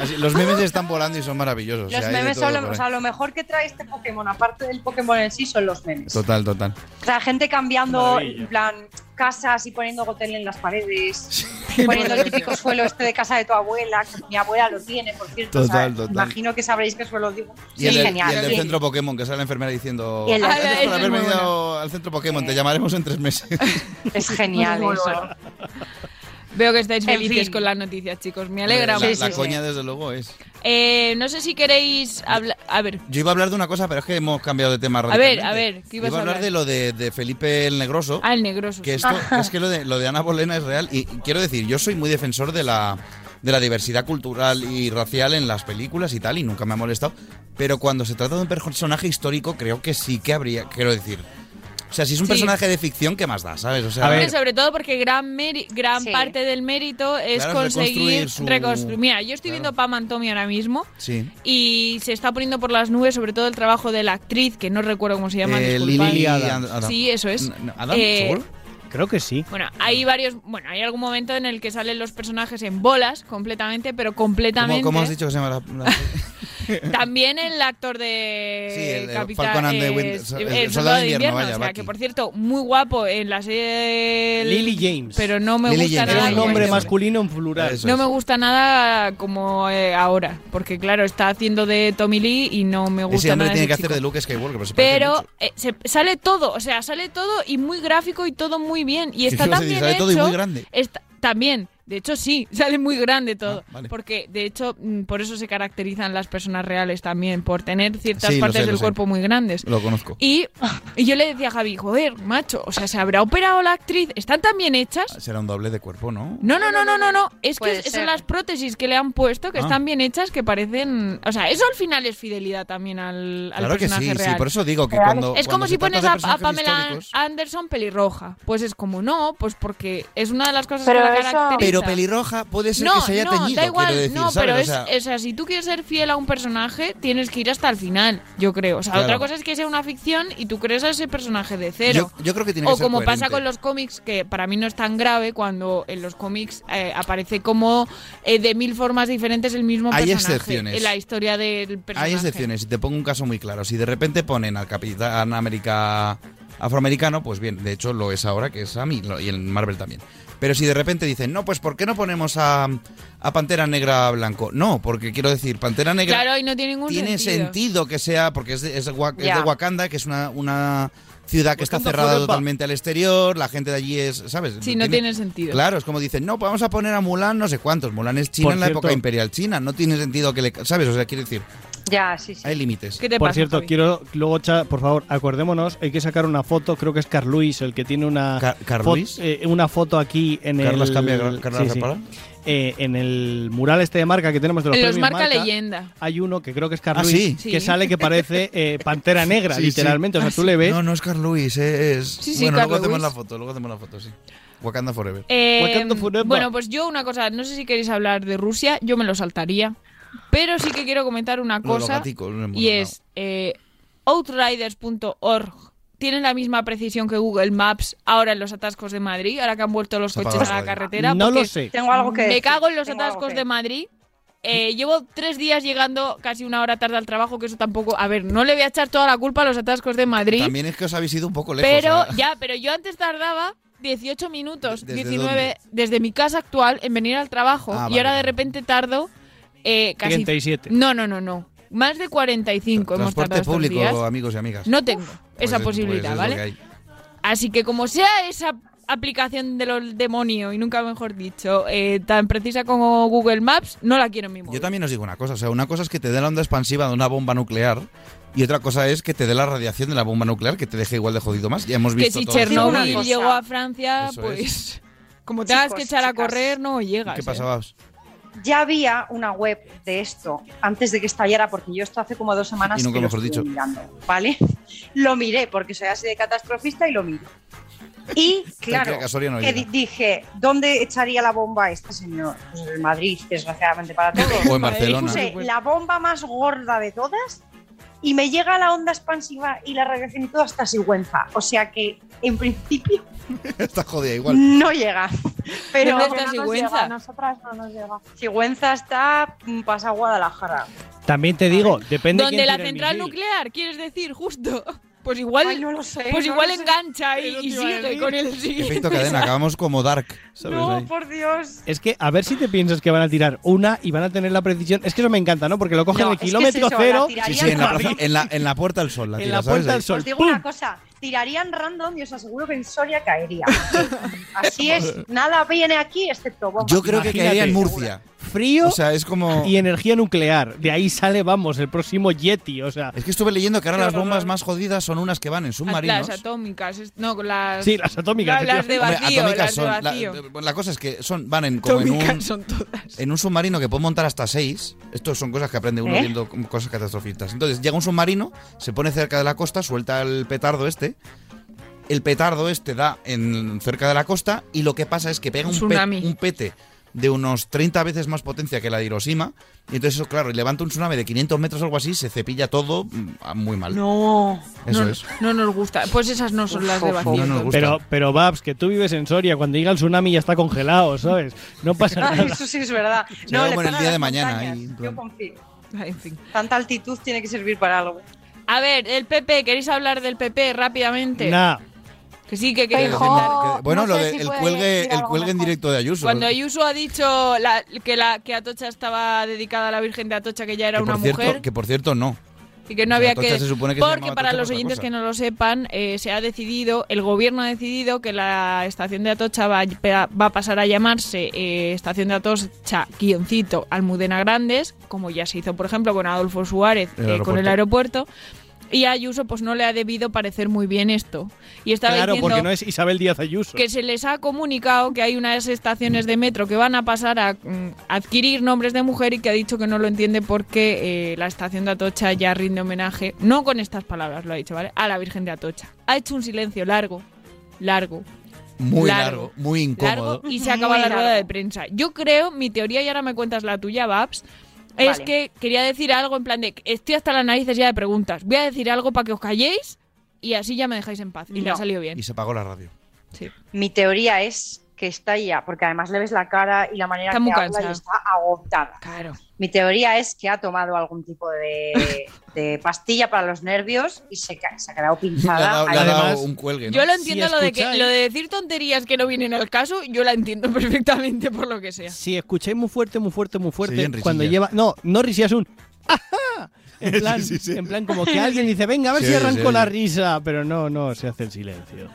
Speaker 1: Así, los memes están volando y son maravillosos. o
Speaker 2: Los
Speaker 1: sea, hay de
Speaker 2: memes
Speaker 1: todo
Speaker 2: son lo,
Speaker 1: por
Speaker 2: o
Speaker 1: ahí.
Speaker 2: sea, lo mejor que trae este Pokémon, aparte del Pokémon en sí, son los memes.
Speaker 1: Total, total.
Speaker 2: O sea, gente cambiando,
Speaker 1: Maravilla.
Speaker 2: en plan, casas y poniendo gotel en las paredes, poniendo el típico suelo este de casa de tu abuela, que mi abuela lo tiene, por cierto. o sea,
Speaker 1: Total, total.
Speaker 2: Imagino que sabréis qué suelo digo.
Speaker 1: Y el,
Speaker 2: Sí,
Speaker 1: del-
Speaker 2: genial.
Speaker 1: y el del
Speaker 2: sí.
Speaker 1: centro Pokémon, que sale la enfermera diciendo...
Speaker 2: Y el del-
Speaker 1: "Gracias
Speaker 2: Ah, ese
Speaker 1: por
Speaker 2: es
Speaker 1: haber
Speaker 2: muy
Speaker 1: venido al centro Pokémon, te llamaremos en tres meses.
Speaker 2: Es genial
Speaker 11: Muy
Speaker 2: eso.
Speaker 11: bueno. Veo que estáis
Speaker 2: En
Speaker 11: felices
Speaker 2: fin.
Speaker 11: con las noticias, chicos. Me alegra
Speaker 1: la
Speaker 11: mucho.
Speaker 1: la coña, desde luego, es...
Speaker 11: Eh, no sé si queréis hablar. A ver,
Speaker 1: Yo iba a hablar de una cosa, pero es que hemos cambiado de tema
Speaker 11: a ver,
Speaker 1: radicalmente.
Speaker 11: a ver. ¿Qué ibas
Speaker 1: Iba a hablar de lo de, de Felipe el Negroso.
Speaker 11: Ah, el negroso.
Speaker 1: Que esto, es que lo de, lo de Ana Bolena es real. Y quiero decir, yo soy muy defensor de la, de la diversidad cultural y racial en las películas y tal, y nunca me ha molestado. Pero cuando se trata de un personaje histórico, creo que sí que habría. Quiero decir. O sea, si es un
Speaker 11: Sí.
Speaker 1: personaje de ficción, ¿qué más da? ¿Sabes? O sea,
Speaker 11: Hombre, sobre todo porque gran meri- gran parte del mérito es
Speaker 1: Claro, es
Speaker 11: conseguir
Speaker 1: reconstruir su-
Speaker 11: reconstruir. Mira, yo estoy viendo Pam Antomi ahora mismo
Speaker 1: Sí.
Speaker 11: y se está poniendo por las nubes sobre todo el trabajo de la actriz que no recuerdo cómo se llama.
Speaker 12: Eh,
Speaker 11: disculpad.
Speaker 12: Lily Adam.
Speaker 11: Sí, eso es.
Speaker 12: Adam,
Speaker 11: Eh,
Speaker 12: ¿seguro? Creo que sí.
Speaker 11: Bueno, hay varios, bueno, hay algún momento en el que salen los personajes en bolas completamente, pero
Speaker 1: ¿Cómo,
Speaker 11: completamente.
Speaker 1: cómo has dicho que se llama la- la-
Speaker 11: También el actor de
Speaker 1: Sí, el, eh,
Speaker 11: Capitán-
Speaker 1: Falcon and the
Speaker 11: eh,
Speaker 1: Winter-
Speaker 11: el
Speaker 1: so- el
Speaker 11: Soldado de Invierno,
Speaker 1: vaya,
Speaker 11: o sea,
Speaker 1: Bucky.
Speaker 11: que por cierto, muy guapo en la serie de-
Speaker 12: Lily James.
Speaker 11: pero no me
Speaker 12: Lily
Speaker 11: gusta
Speaker 12: James.
Speaker 11: nada.
Speaker 12: Era un nombre
Speaker 11: como-
Speaker 12: masculino en plural.
Speaker 11: no me gusta nada como eh, ahora, porque claro, está haciendo de Tommy Lee y no me gusta
Speaker 1: Ese hombre
Speaker 11: nada
Speaker 1: tiene
Speaker 11: ese
Speaker 1: que hacer
Speaker 11: chico.
Speaker 1: de Luke Skywalker, pero se parece
Speaker 11: Pero eh, se- sale todo, o sea, sale todo y muy gráfico y todo muy bien. Y
Speaker 1: Sí,
Speaker 11: está
Speaker 1: ibas a
Speaker 11: tan
Speaker 1: decir,
Speaker 11: bien
Speaker 1: sale
Speaker 11: hecho.
Speaker 1: todo y muy grande.
Speaker 11: está- también, de hecho sí, sale muy grande todo.
Speaker 1: Ah, vale.
Speaker 11: Porque de hecho mm, por eso se caracterizan las personas reales también, por tener ciertas
Speaker 1: Sí, lo
Speaker 11: partes
Speaker 1: sé, lo
Speaker 11: del
Speaker 1: sé.
Speaker 11: cuerpo muy grandes.
Speaker 1: Lo conozco.
Speaker 11: Y, y yo le decía a Javi, joder, macho, o sea, ¿se habrá operado la actriz? ¿Están tan bien hechas?
Speaker 1: Será un doble de cuerpo, ¿no?
Speaker 11: No, no, no, no, no, no. Es
Speaker 1: Puede
Speaker 11: que son
Speaker 1: ser.
Speaker 11: las prótesis que le han puesto que
Speaker 1: Ah.
Speaker 11: están bien hechas, que parecen. O sea, eso al final es fidelidad también al, al
Speaker 1: Claro que
Speaker 11: personaje
Speaker 1: sí, sí,
Speaker 11: real.
Speaker 1: por eso digo que Real. cuando-
Speaker 11: Es
Speaker 1: cuando
Speaker 11: como
Speaker 1: se
Speaker 11: si
Speaker 1: trata
Speaker 11: pones
Speaker 1: de
Speaker 11: a, a
Speaker 1: personajes
Speaker 11: Pamela
Speaker 1: históricos-
Speaker 11: Anderson pelirroja. Pues es como, no, pues porque es una de las cosas
Speaker 1: Pero
Speaker 11: que la
Speaker 1: eso-
Speaker 11: caracteriza.
Speaker 1: Pero pelirroja puede ser
Speaker 11: no,
Speaker 1: que se haya
Speaker 11: no,
Speaker 1: teñido,
Speaker 11: Da igual,
Speaker 1: quiero decir,
Speaker 11: no,
Speaker 1: ¿sabes?
Speaker 11: pero
Speaker 1: O
Speaker 11: es,
Speaker 1: sea-
Speaker 11: o sea, si tú quieres ser fiel a un personaje, tienes que ir hasta el final, yo creo. O sea,
Speaker 1: Claro.
Speaker 11: otra cosa es que sea una ficción y tú crees a ese personaje de cero.
Speaker 1: Yo- yo creo que tiene
Speaker 11: O
Speaker 1: que ser
Speaker 11: como pasa
Speaker 1: coherente.
Speaker 11: con los cómics, que para mí no es tan grave cuando en los cómics eh, aparece como eh, de mil formas diferentes el mismo
Speaker 1: Hay
Speaker 11: personaje.
Speaker 1: excepciones.
Speaker 11: En la historia del personaje.
Speaker 1: Hay excepciones, y te pongo un caso muy claro. Si de repente ponen al Capitán América afroamericano, pues bien, de hecho lo es ahora, que es a mí, y en Marvel también. Pero si de repente dicen, no, pues ¿por qué no ponemos a, a Pantera Negra blanco? No, porque quiero decir, Pantera Negra
Speaker 11: Claro, y no tiene ningún
Speaker 1: tiene sentido. que sea, porque es de, es de Wa- es
Speaker 11: Ya.
Speaker 1: de Wakanda, que es una, una ciudad
Speaker 12: Pues
Speaker 1: que está
Speaker 11: Wakanda
Speaker 1: cerrada
Speaker 11: forever.
Speaker 1: totalmente al exterior, la gente de allí es, ¿sabes?
Speaker 11: Sí, no tiene sentido.
Speaker 1: Claro, es como dicen, no, pues vamos a poner a Mulan no sé cuántos. Mulan es China
Speaker 12: Por
Speaker 1: en la
Speaker 12: cierto-
Speaker 1: época imperial china, no tiene sentido que le... ¿Sabes? O sea, quiero decir,
Speaker 2: Ya, sí, sí.
Speaker 1: hay límites.
Speaker 12: por cierto, quiero luego, Cha, por favor, acordémonos, hay que sacar una foto, creo que es Carl Luis el que tiene una
Speaker 1: Car- Carl
Speaker 12: fo-
Speaker 1: Luis?
Speaker 12: eh, una foto aquí en
Speaker 1: Carlas
Speaker 12: el
Speaker 1: Cambia, Car- Carlas Repara.
Speaker 12: Eh, en el mural este de marca que tenemos de los,
Speaker 11: En los
Speaker 12: premios
Speaker 11: marca, leyenda.
Speaker 12: hay uno que creo que es Carl
Speaker 1: Ah,
Speaker 12: Luis,
Speaker 1: ¿sí?
Speaker 12: que
Speaker 11: Sí.
Speaker 12: sale que parece eh, pantera negra,
Speaker 1: Sí, sí.
Speaker 12: literalmente, o sea, tú le ves
Speaker 1: No, no es Carl Luis, es.
Speaker 11: Sí, sí,
Speaker 1: bueno,
Speaker 11: Carl
Speaker 1: luego hacemos
Speaker 11: Lewis.
Speaker 1: la foto, luego hacemos la foto, sí. Wakanda Forever.
Speaker 11: Eh, bueno, pues yo una cosa, no sé si queréis hablar de Rusia, yo me lo saltaría, pero sí que quiero comentar una
Speaker 1: Lo de los
Speaker 11: cosa
Speaker 1: gaticos, lo hemos
Speaker 11: y es eh, outriders.org tienen la misma precisión que Google Maps ahora en los atascos de Madrid, ahora que han vuelto los
Speaker 12: Se apaga
Speaker 11: coches
Speaker 12: la
Speaker 11: a la
Speaker 12: radio.
Speaker 11: carretera.
Speaker 12: No lo
Speaker 11: porque
Speaker 12: sé.
Speaker 2: Tengo algo que
Speaker 11: Me
Speaker 2: decir,
Speaker 11: cago en los
Speaker 2: tengo algo
Speaker 11: atascos
Speaker 2: que
Speaker 11: de Madrid. Eh, llevo tres días llegando casi una hora tarde al trabajo, que eso tampoco... A ver, no le voy a echar toda la culpa a los atascos de Madrid.
Speaker 1: También es que os habéis ido un poco lejos.
Speaker 11: Pero
Speaker 1: o sea,
Speaker 11: ya, pero yo antes tardaba 18 minutos,
Speaker 1: ¿eh? ¿Desde
Speaker 11: 19 desde mi casa actual en venir al trabajo
Speaker 1: Ah,
Speaker 11: y ahora
Speaker 1: vale,
Speaker 11: de repente tardo eh, casi
Speaker 12: 37.
Speaker 11: No, no, no, no. Más de 45 hemos tardado
Speaker 1: Transporte
Speaker 11: estos
Speaker 1: público,
Speaker 11: días.
Speaker 1: amigos y amigas.
Speaker 11: No tengo
Speaker 1: Pues
Speaker 11: esa
Speaker 1: es-
Speaker 11: posibilidad,
Speaker 1: pues es lo que
Speaker 11: ¿vale?
Speaker 1: hay.
Speaker 11: Así que como sea esa aplicación de los demonios, y nunca mejor dicho, eh, tan precisa como Google Maps, no la quiero en mi móvil.
Speaker 1: Yo también os digo una cosa, o sea, una cosa es que te dé la onda expansiva de una bomba nuclear y otra cosa es que te dé la radiación de la bomba nuclear que te deje igual de jodido más. Ya hemos
Speaker 11: Que
Speaker 1: visto
Speaker 11: si
Speaker 1: todos los
Speaker 11: Chernobyl
Speaker 1: casos.
Speaker 11: llegó a Francia,
Speaker 1: Eso
Speaker 11: pues
Speaker 1: es.
Speaker 11: como te hagas
Speaker 2: Chicos,
Speaker 11: que echar a
Speaker 2: chicas.
Speaker 11: correr, no llegas.
Speaker 1: ¿Qué
Speaker 11: ¿eh?
Speaker 1: pasaba?
Speaker 2: Ya había una web de esto antes de que estallara, porque yo esto hace como dos semanas
Speaker 1: Y nunca
Speaker 2: que lo
Speaker 1: mejor
Speaker 2: estuve
Speaker 1: dicho.
Speaker 2: mirando, ¿vale? Lo miré porque soy así de catastrofista y lo miro. Y claro,
Speaker 1: Tranquila, que a Soria no
Speaker 2: que
Speaker 1: llega.
Speaker 2: di- dije, ¿dónde echaría la bomba este señor? Pues en Madrid, desgraciadamente para todos.
Speaker 1: O en Barcelona.
Speaker 2: Y puse la bomba más gorda de todas y me llega la onda expansiva y la radiación y todo hasta Sigüenza. O sea que, en principio,
Speaker 1: Está jodida igual.
Speaker 2: no llega. Pero
Speaker 15: No, que no nos llega, a nosotras no nos llega.
Speaker 2: Sigüenza está mm, pasa a Guadalajara.
Speaker 12: También te digo, depende
Speaker 11: Donde
Speaker 12: quién
Speaker 11: la
Speaker 12: tire el
Speaker 11: central
Speaker 12: misil.
Speaker 11: nuclear, quieres decir, justo. Pues igual, pues
Speaker 2: no
Speaker 11: igual
Speaker 2: lo sé.
Speaker 11: engancha y, y
Speaker 2: te iba a
Speaker 11: sigue
Speaker 2: decir.
Speaker 11: con el siguiente.
Speaker 1: Efecto cadena, acabamos como Dark.
Speaker 12: ¿sabes? Ahí.
Speaker 2: por Dios.
Speaker 12: Es que a ver si te piensas que van a tirar una y van a tener la precisión. Es que eso me encanta, ¿no? Porque lo cogen
Speaker 2: No,
Speaker 12: en el
Speaker 2: es que es
Speaker 12: kilómetro
Speaker 2: eso, la
Speaker 12: cero.
Speaker 2: tirarían
Speaker 1: Sí, sí, en la, plaza- en la- en la Puerta del Sol. La
Speaker 12: En
Speaker 1: tira,
Speaker 12: la
Speaker 1: ¿sabes?
Speaker 12: Puerta
Speaker 1: Ahí.
Speaker 12: del Sol.
Speaker 2: Os digo una cosa, tirarían random y os aseguro que en Soria caería. Así es, nada viene aquí excepto bombas.
Speaker 1: Yo creo que
Speaker 12: Imagínate.
Speaker 1: caería en Murcia.
Speaker 12: Frío
Speaker 1: O sea, es como.
Speaker 12: y energía nuclear. De ahí sale, vamos, el próximo Yeti. O sea,
Speaker 1: Es que estuve leyendo que ahora las bombas más jodidas son unas que van en submarinos.
Speaker 11: Las atómicas, es- no, las.
Speaker 12: Sí, las atómicas,
Speaker 11: la- Las, de
Speaker 1: Hombre,
Speaker 11: vacío,
Speaker 1: atómicas
Speaker 11: las de
Speaker 1: son- la-
Speaker 11: vacío.
Speaker 1: la, cosa es que son, van en, como en un,
Speaker 11: Atómicas son todas.
Speaker 1: en un submarino que puede montar hasta seis. Esto son cosas que aprende uno
Speaker 11: ¿Eh?
Speaker 1: viendo como cosas catastrofistas. Entonces llega un submarino, se pone cerca de la costa, suelta el petardo este. El petardo este da en cerca de la costa y lo que pasa es que pega
Speaker 11: Un
Speaker 1: un, pe-
Speaker 11: tsunami.
Speaker 1: un pete de unos 30 veces más potencia que la de Hiroshima. Y entonces, eso, claro, levanta un tsunami de 500 metros o algo así, se cepilla todo mm, ah, muy mal.
Speaker 11: No.
Speaker 1: Eso
Speaker 11: no,
Speaker 1: es.
Speaker 11: no nos gusta. Pues esas no son las de vacío.
Speaker 1: no nos gusta.
Speaker 12: Pero, pero Babs, que tú vives en Soria, cuando llega el tsunami ya está congelado, ¿sabes? No pasa
Speaker 2: Ah,
Speaker 12: nada.
Speaker 2: Eso sí es verdad.
Speaker 1: Será
Speaker 2: le
Speaker 1: como en el
Speaker 2: pagan
Speaker 1: día de
Speaker 2: las
Speaker 1: mañana,
Speaker 2: montañas.
Speaker 1: ahí, en plan.
Speaker 2: Yo confío.
Speaker 11: En fin.
Speaker 2: Tanta altitud tiene que servir para algo.
Speaker 11: A ver, el PP, ¿queréis hablar del PP rápidamente?
Speaker 12: Nah.
Speaker 11: Que sí, que
Speaker 1: Que-
Speaker 11: queréis
Speaker 1: que- que- bueno, lo
Speaker 15: no sé
Speaker 1: de-
Speaker 15: si
Speaker 1: el
Speaker 15: puede
Speaker 1: cuelgue,
Speaker 15: decir
Speaker 1: el
Speaker 15: algo
Speaker 1: cuelgue en
Speaker 15: mejor.
Speaker 1: directo de Ayuso.
Speaker 11: Cuando Ayuso ha dicho la- que, la, que Atocha estaba dedicada a la Virgen de Atocha, que ya era
Speaker 1: que
Speaker 11: una
Speaker 1: por cierto,
Speaker 11: mujer,
Speaker 1: Que por cierto, no.
Speaker 11: y que no
Speaker 1: o sea,
Speaker 11: había
Speaker 1: Atocha
Speaker 11: que...
Speaker 1: se supone que se
Speaker 11: porque
Speaker 1: llamaba
Speaker 11: para
Speaker 1: Atocha
Speaker 11: los
Speaker 1: por otra
Speaker 11: oyentes
Speaker 1: cosa.
Speaker 11: que no lo sepan, eh, se ha decidido, el gobierno ha decidido que la estación de Atocha va, a- va a pasar a llamarse eh, Estación de Atocha, guioncito, Almudena Grandes, como ya se hizo, por ejemplo, con Adolfo Suárez
Speaker 12: El
Speaker 11: eh, con el
Speaker 12: aeropuerto.
Speaker 11: aeropuerto. Y a Ayuso pues no le ha debido parecer muy bien esto. Y estaba
Speaker 12: Claro,
Speaker 11: diciendo
Speaker 12: porque no es Isabel Díaz Ayuso.
Speaker 11: que se les ha comunicado que hay unas estaciones de metro que van a pasar a mm, adquirir nombres de mujer y que ha dicho que no lo entiende porque eh, la estación de Atocha ya rinde homenaje, no con estas palabras lo ha dicho, ¿vale? A la Virgen de Atocha. Ha hecho un silencio largo, largo,
Speaker 1: Muy
Speaker 11: Largo.
Speaker 1: largo, muy incómodo.
Speaker 11: largo y se acaba
Speaker 2: Muy
Speaker 11: la rueda de
Speaker 2: largo.
Speaker 11: prensa. Yo creo, mi teoría, y ahora me cuentas la tuya, Babs, es
Speaker 2: Vale.
Speaker 11: que quería decir algo en plan de estoy hasta las narices ya de preguntas. Voy a decir algo para que os calléis y así ya me dejáis en paz. Y le ha
Speaker 2: No.
Speaker 11: salido bien.
Speaker 1: Y se apagó la radio.
Speaker 11: Sí.
Speaker 2: Mi teoría es que está ya, porque además le ves la cara y la manera
Speaker 11: Está
Speaker 2: que
Speaker 11: muy
Speaker 2: habla
Speaker 11: cansada.
Speaker 2: y está agotada.
Speaker 11: Claro.
Speaker 2: Mi teoría es que ha tomado algún tipo de, de pastilla para los nervios y se, ca- se ha quedado
Speaker 1: Le ha
Speaker 2: pinchada.
Speaker 1: dado, le ha
Speaker 2: Ahí-
Speaker 1: dado
Speaker 12: Además,
Speaker 1: un cuelgue. ¿no?
Speaker 11: Yo lo entiendo
Speaker 12: Si
Speaker 11: lo de que
Speaker 12: escucháis-
Speaker 11: lo de decir tonterías que no vienen al caso, yo la entiendo perfectamente por lo que sea.
Speaker 12: Si escucháis muy fuerte, muy fuerte, muy fuerte,
Speaker 1: oyen
Speaker 12: cuando
Speaker 1: risillas.
Speaker 12: lleva. No, no risías un. "Ajá". En
Speaker 1: Sí,
Speaker 12: plan,
Speaker 1: sí, sí.
Speaker 12: en plan, como que alguien dice, venga, a ver
Speaker 1: Se
Speaker 12: si
Speaker 1: oye, se
Speaker 12: arranco la
Speaker 1: oye.
Speaker 12: risa. Pero no, no, se hace el silencio.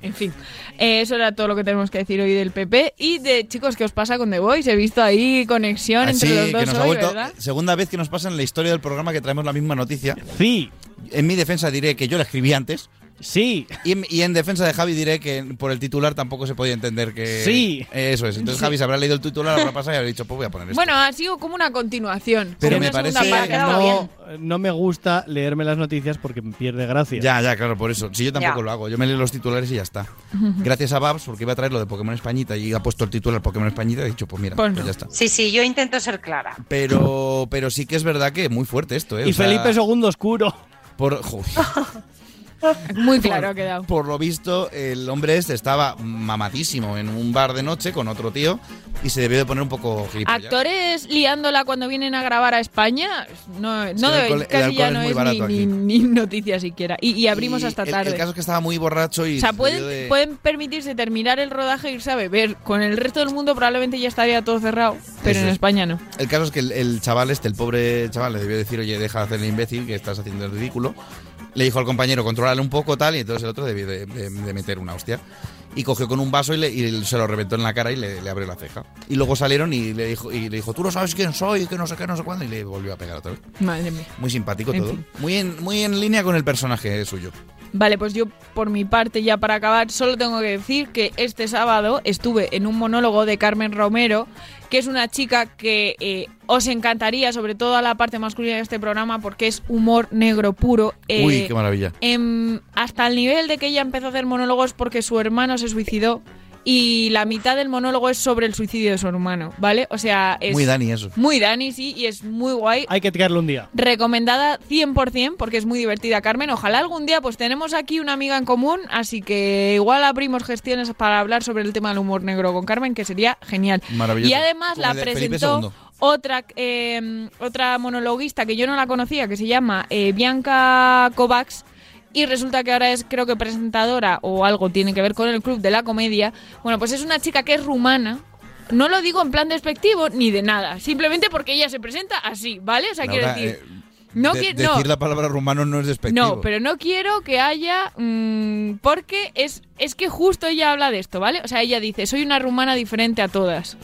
Speaker 11: En fin, eh, eso era todo lo que tenemos que decir hoy del PP y de chicos, ¿qué os pasa con The Voice? He visto ahí conexión
Speaker 1: Así
Speaker 11: entre los
Speaker 1: Ah, que
Speaker 11: dos
Speaker 1: nos
Speaker 11: hoy,
Speaker 1: ha vuelto.
Speaker 11: ¿verdad?
Speaker 1: Segunda vez que nos pasa en la historia del programa que traemos la misma noticia.
Speaker 12: Sí,
Speaker 1: En mi defensa diré que yo la escribí antes.
Speaker 12: sí.
Speaker 1: Y en, y en defensa de Javi diré que por el titular tampoco se podía entender que.
Speaker 12: Sí.
Speaker 1: Eh, Eso es. Entonces Javi se habrá leído el titular, habrá pasado y habrá dicho, pues voy a poner esto.
Speaker 11: Bueno, ha sido como una continuación.
Speaker 1: Pero
Speaker 11: como
Speaker 1: me
Speaker 11: una segunda
Speaker 1: parece-
Speaker 11: parte.
Speaker 2: quedado
Speaker 12: No, no me gusta leerme las noticias porque me pierde gracia.
Speaker 1: Ya, ya, claro, por eso. Si yo tampoco
Speaker 2: Ya.
Speaker 1: lo hago, yo me leo los titulares y ya está. Gracias a Babs, porque iba a traer lo de Pokémon Españita y ha puesto el titular Pokémon Españita y he dicho, pues mira,
Speaker 11: Pues
Speaker 1: pues,
Speaker 11: no.
Speaker 1: ya está.
Speaker 2: Sí, sí, yo intento ser clara.
Speaker 1: Pero, eh. pero sí que es verdad que muy fuerte esto, ¿eh?
Speaker 12: Y
Speaker 1: O sea,
Speaker 12: Felipe II oscuro.
Speaker 1: Por, joder.
Speaker 11: Muy claro ha quedado.
Speaker 1: Por lo visto, el hombre este estaba mamadísimo en un bar de noche con otro tío y se debió de poner un poco gilipollas.
Speaker 11: Actores liándola cuando vienen a grabar a España, no,
Speaker 1: Sí,
Speaker 11: no
Speaker 1: el
Speaker 11: debe-
Speaker 1: alcohol- el
Speaker 11: casi
Speaker 1: alcohol
Speaker 11: ya
Speaker 1: es
Speaker 11: no
Speaker 1: muy
Speaker 11: es ni,
Speaker 1: barato aquí.
Speaker 11: ni, ni noticia siquiera. Y, y abrimos
Speaker 1: Y
Speaker 11: hasta
Speaker 1: el-
Speaker 11: tarde.
Speaker 1: El, caso es que estaba muy borracho y.
Speaker 11: o sea,
Speaker 1: se
Speaker 11: pueden,
Speaker 1: debió de-
Speaker 11: pueden permitirse terminar el rodaje e irse a beber. Con el resto del mundo probablemente ya estaría todo cerrado, pero
Speaker 1: Eso
Speaker 11: en
Speaker 1: es.
Speaker 11: España no.
Speaker 1: El caso es que el, el chaval este, el pobre chaval, le debió decir, oye, deja de hacer el imbécil, que estás haciendo el ridículo. Le dijo al compañero, controlale un poco, tal, y entonces el otro debió de, de- de meter una hostia. Y cogió con un vaso y, le- y se lo reventó en la cara y le, le abrió la ceja. Y luego salieron y le dijo, y le dijo tú no sabes quién soy, que no sé qué, no sé cuándo, y le volvió a pegar otra vez.
Speaker 11: Madre mía.
Speaker 1: Muy simpático
Speaker 11: En
Speaker 1: todo.
Speaker 11: fin.
Speaker 1: Muy, en, muy en línea con el personaje suyo.
Speaker 11: Vale, pues yo por mi parte ya para acabar solo tengo que decir que este sábado estuve en un monólogo de Carmen Romero, que es una chica que eh, os encantaría, sobre todo a la parte masculina de este programa, porque es humor negro puro. eh,
Speaker 1: Uy, qué maravilla.
Speaker 11: em, hasta el nivel de que ella empezó a hacer monólogos porque su hermano se suicidó y la mitad del monólogo es sobre el suicidio de su hermano, ¿vale? O sea, es...
Speaker 12: Muy Dani eso.
Speaker 11: Muy Dani, sí, y es muy guay.
Speaker 12: Hay que tirarlo un día.
Speaker 11: Recomendada 100% porque es muy divertida, Carmen. Ojalá algún día, pues tenemos aquí una amiga en común, así que igual abrimos gestiones para hablar sobre el tema del humor negro con Carmen, que sería genial.
Speaker 1: Maravilloso.
Speaker 11: Y además
Speaker 1: Como
Speaker 11: la
Speaker 1: el de Felipe
Speaker 11: presentó
Speaker 1: II.
Speaker 11: otra, eh, otra monologuista que yo no la conocía, que se llama eh, Bianca Kovacs. Y resulta que ahora es, creo que, presentadora o algo tiene que ver con el club de la comedia. Bueno, pues es una chica que es rumana. No lo digo en plan despectivo ni de nada. Simplemente porque ella se presenta así, ¿vale? O sea,
Speaker 1: Laura,
Speaker 11: quiero decir.
Speaker 1: eh,
Speaker 11: no
Speaker 1: de-
Speaker 11: quiero- no.
Speaker 1: decir la palabra rumano no es despectivo.
Speaker 11: No, pero no quiero que haya. mm, porque es, es que justo ella habla de esto, ¿vale? O sea, ella dice: Soy una rumana diferente a todas.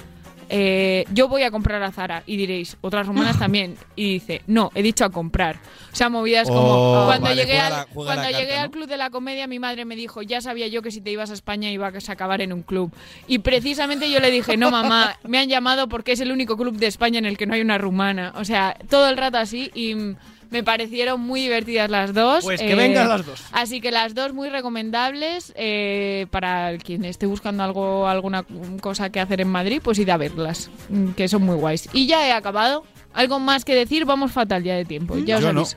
Speaker 11: Eh, yo voy a comprar a Zara. Y diréis: Otras rumanas también. Y dice: No, he dicho a comprar. O sea, movidas como.
Speaker 1: Oh,
Speaker 11: Cuando
Speaker 1: vale,
Speaker 11: llegué,
Speaker 1: juega
Speaker 11: al,
Speaker 1: la- juega la
Speaker 11: cuando llegué
Speaker 1: carta,
Speaker 11: al club de la comedia, mi madre me dijo: Ya sabía yo que si te ibas a España ibas a acabar en un club. Y precisamente yo le dije: No, mamá, me han llamado porque es el único club de España en el que no hay una rumana. O sea, todo el rato así. Y. mm, me parecieron muy divertidas las dos. eh,
Speaker 12: Pues que vengan las dos.
Speaker 11: Así que las dos muy recomendables eh, para quien esté buscando algo, alguna cosa que hacer en Madrid, pues id a verlas, mm, que son muy guays. Y ya he acabado. ¿Algo más que decir? Vamos fatal ya de tiempo. Ya os
Speaker 13: Yo no.
Speaker 11: aviso.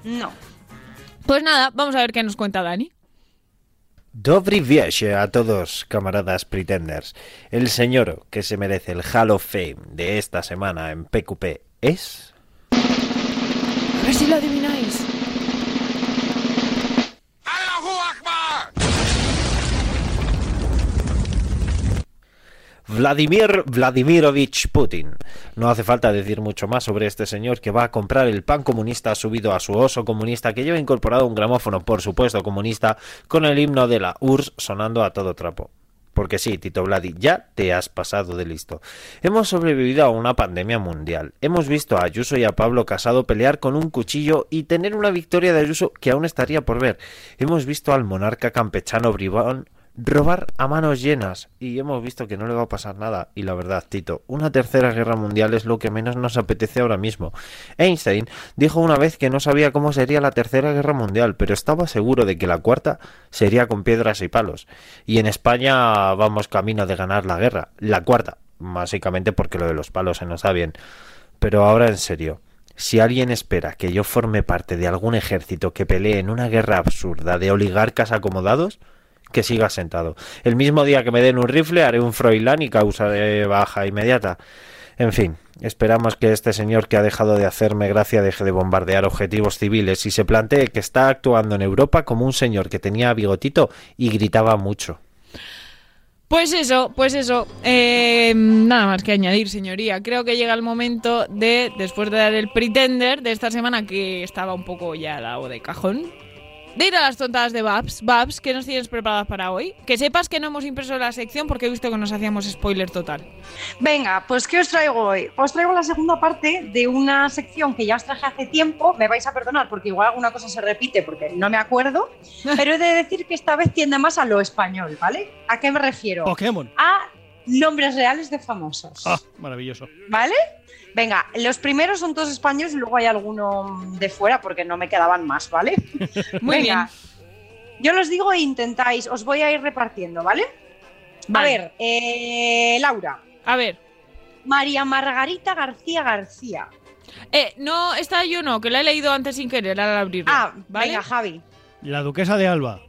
Speaker 11: Pues nada, vamos a ver qué nos cuenta Dani.
Speaker 13: Dobry viaje a todos, camaradas pretenders. El señor que se merece el Hall of Fame de esta semana en PQP es...
Speaker 11: A ver si lo adivináis.
Speaker 13: Vladimir Vladimirovich Putin. No hace falta decir mucho más sobre este señor que va a comprar el pan comunista subido a su oso comunista que lleva incorporado un gramófono, por supuesto, comunista, con el himno de la URSS sonando a todo trapo. Porque sí, Tito Vladi, ya te has pasado de listo. Hemos sobrevivido a una pandemia mundial. Hemos visto a Ayuso y a Pablo Casado pelear con un cuchillo y tener una victoria de Ayuso que aún estaría por ver. Hemos visto al monarca campechano bribón robar a manos llenas y hemos visto que no le va a pasar nada y la verdad Tito una tercera guerra mundial es lo que menos nos apetece ahora mismo Einstein dijo una vez que no sabía cómo sería la tercera guerra mundial pero estaba seguro de que la cuarta sería con piedras y palos y en España vamos camino de ganar la guerra la cuarta básicamente porque lo de los palos se nos da bien pero ahora en serio, si alguien espera que yo forme parte de algún ejército que pelee en una guerra absurda de oligarcas acomodados, que siga sentado. El mismo día que me den un rifle haré un Froilán y causaré baja inmediata. En fin, esperamos que este señor que ha dejado de hacerme gracia deje de bombardear objetivos civiles y se plantee que está actuando en Europa como un señor que tenía bigotito y gritaba mucho.
Speaker 11: Pues eso, pues eso. Eh, nada más que añadir, señoría. Creo que llega el momento de, después de dar el pretender de esta semana que estaba un poco ya dado de cajón, de ir a las tontadas de Babs. Babs, ¿qué nos tienes preparadas para hoy? Que sepas que no hemos impreso la sección porque he visto que nos hacíamos spoiler total.
Speaker 2: Venga, pues ¿qué os traigo hoy? Os traigo la segunda parte de una sección que ya os traje hace tiempo. Me vais a perdonar porque igual alguna cosa se repite porque no me acuerdo. Pero he de decir que esta vez tiende más a lo español, ¿vale? ¿A qué me refiero?
Speaker 12: Pokémon.
Speaker 2: A nombres reales de famosos.
Speaker 12: Ah, maravilloso.
Speaker 2: ¿Vale? Venga, los primeros son todos españoles y luego hay alguno de fuera porque no me quedaban más, ¿vale?
Speaker 11: Muy
Speaker 2: Venga. Yo los digo e intentáis, os voy a ir repartiendo, ¿vale?
Speaker 11: Vale.
Speaker 2: A ver, eh, Laura.
Speaker 11: A ver.
Speaker 2: María Margarita García García.
Speaker 11: Eh, no, esta yo no, que la he leído antes sin querer al abrirla.
Speaker 2: Ah, venga, Javi.
Speaker 12: La duquesa de Alba.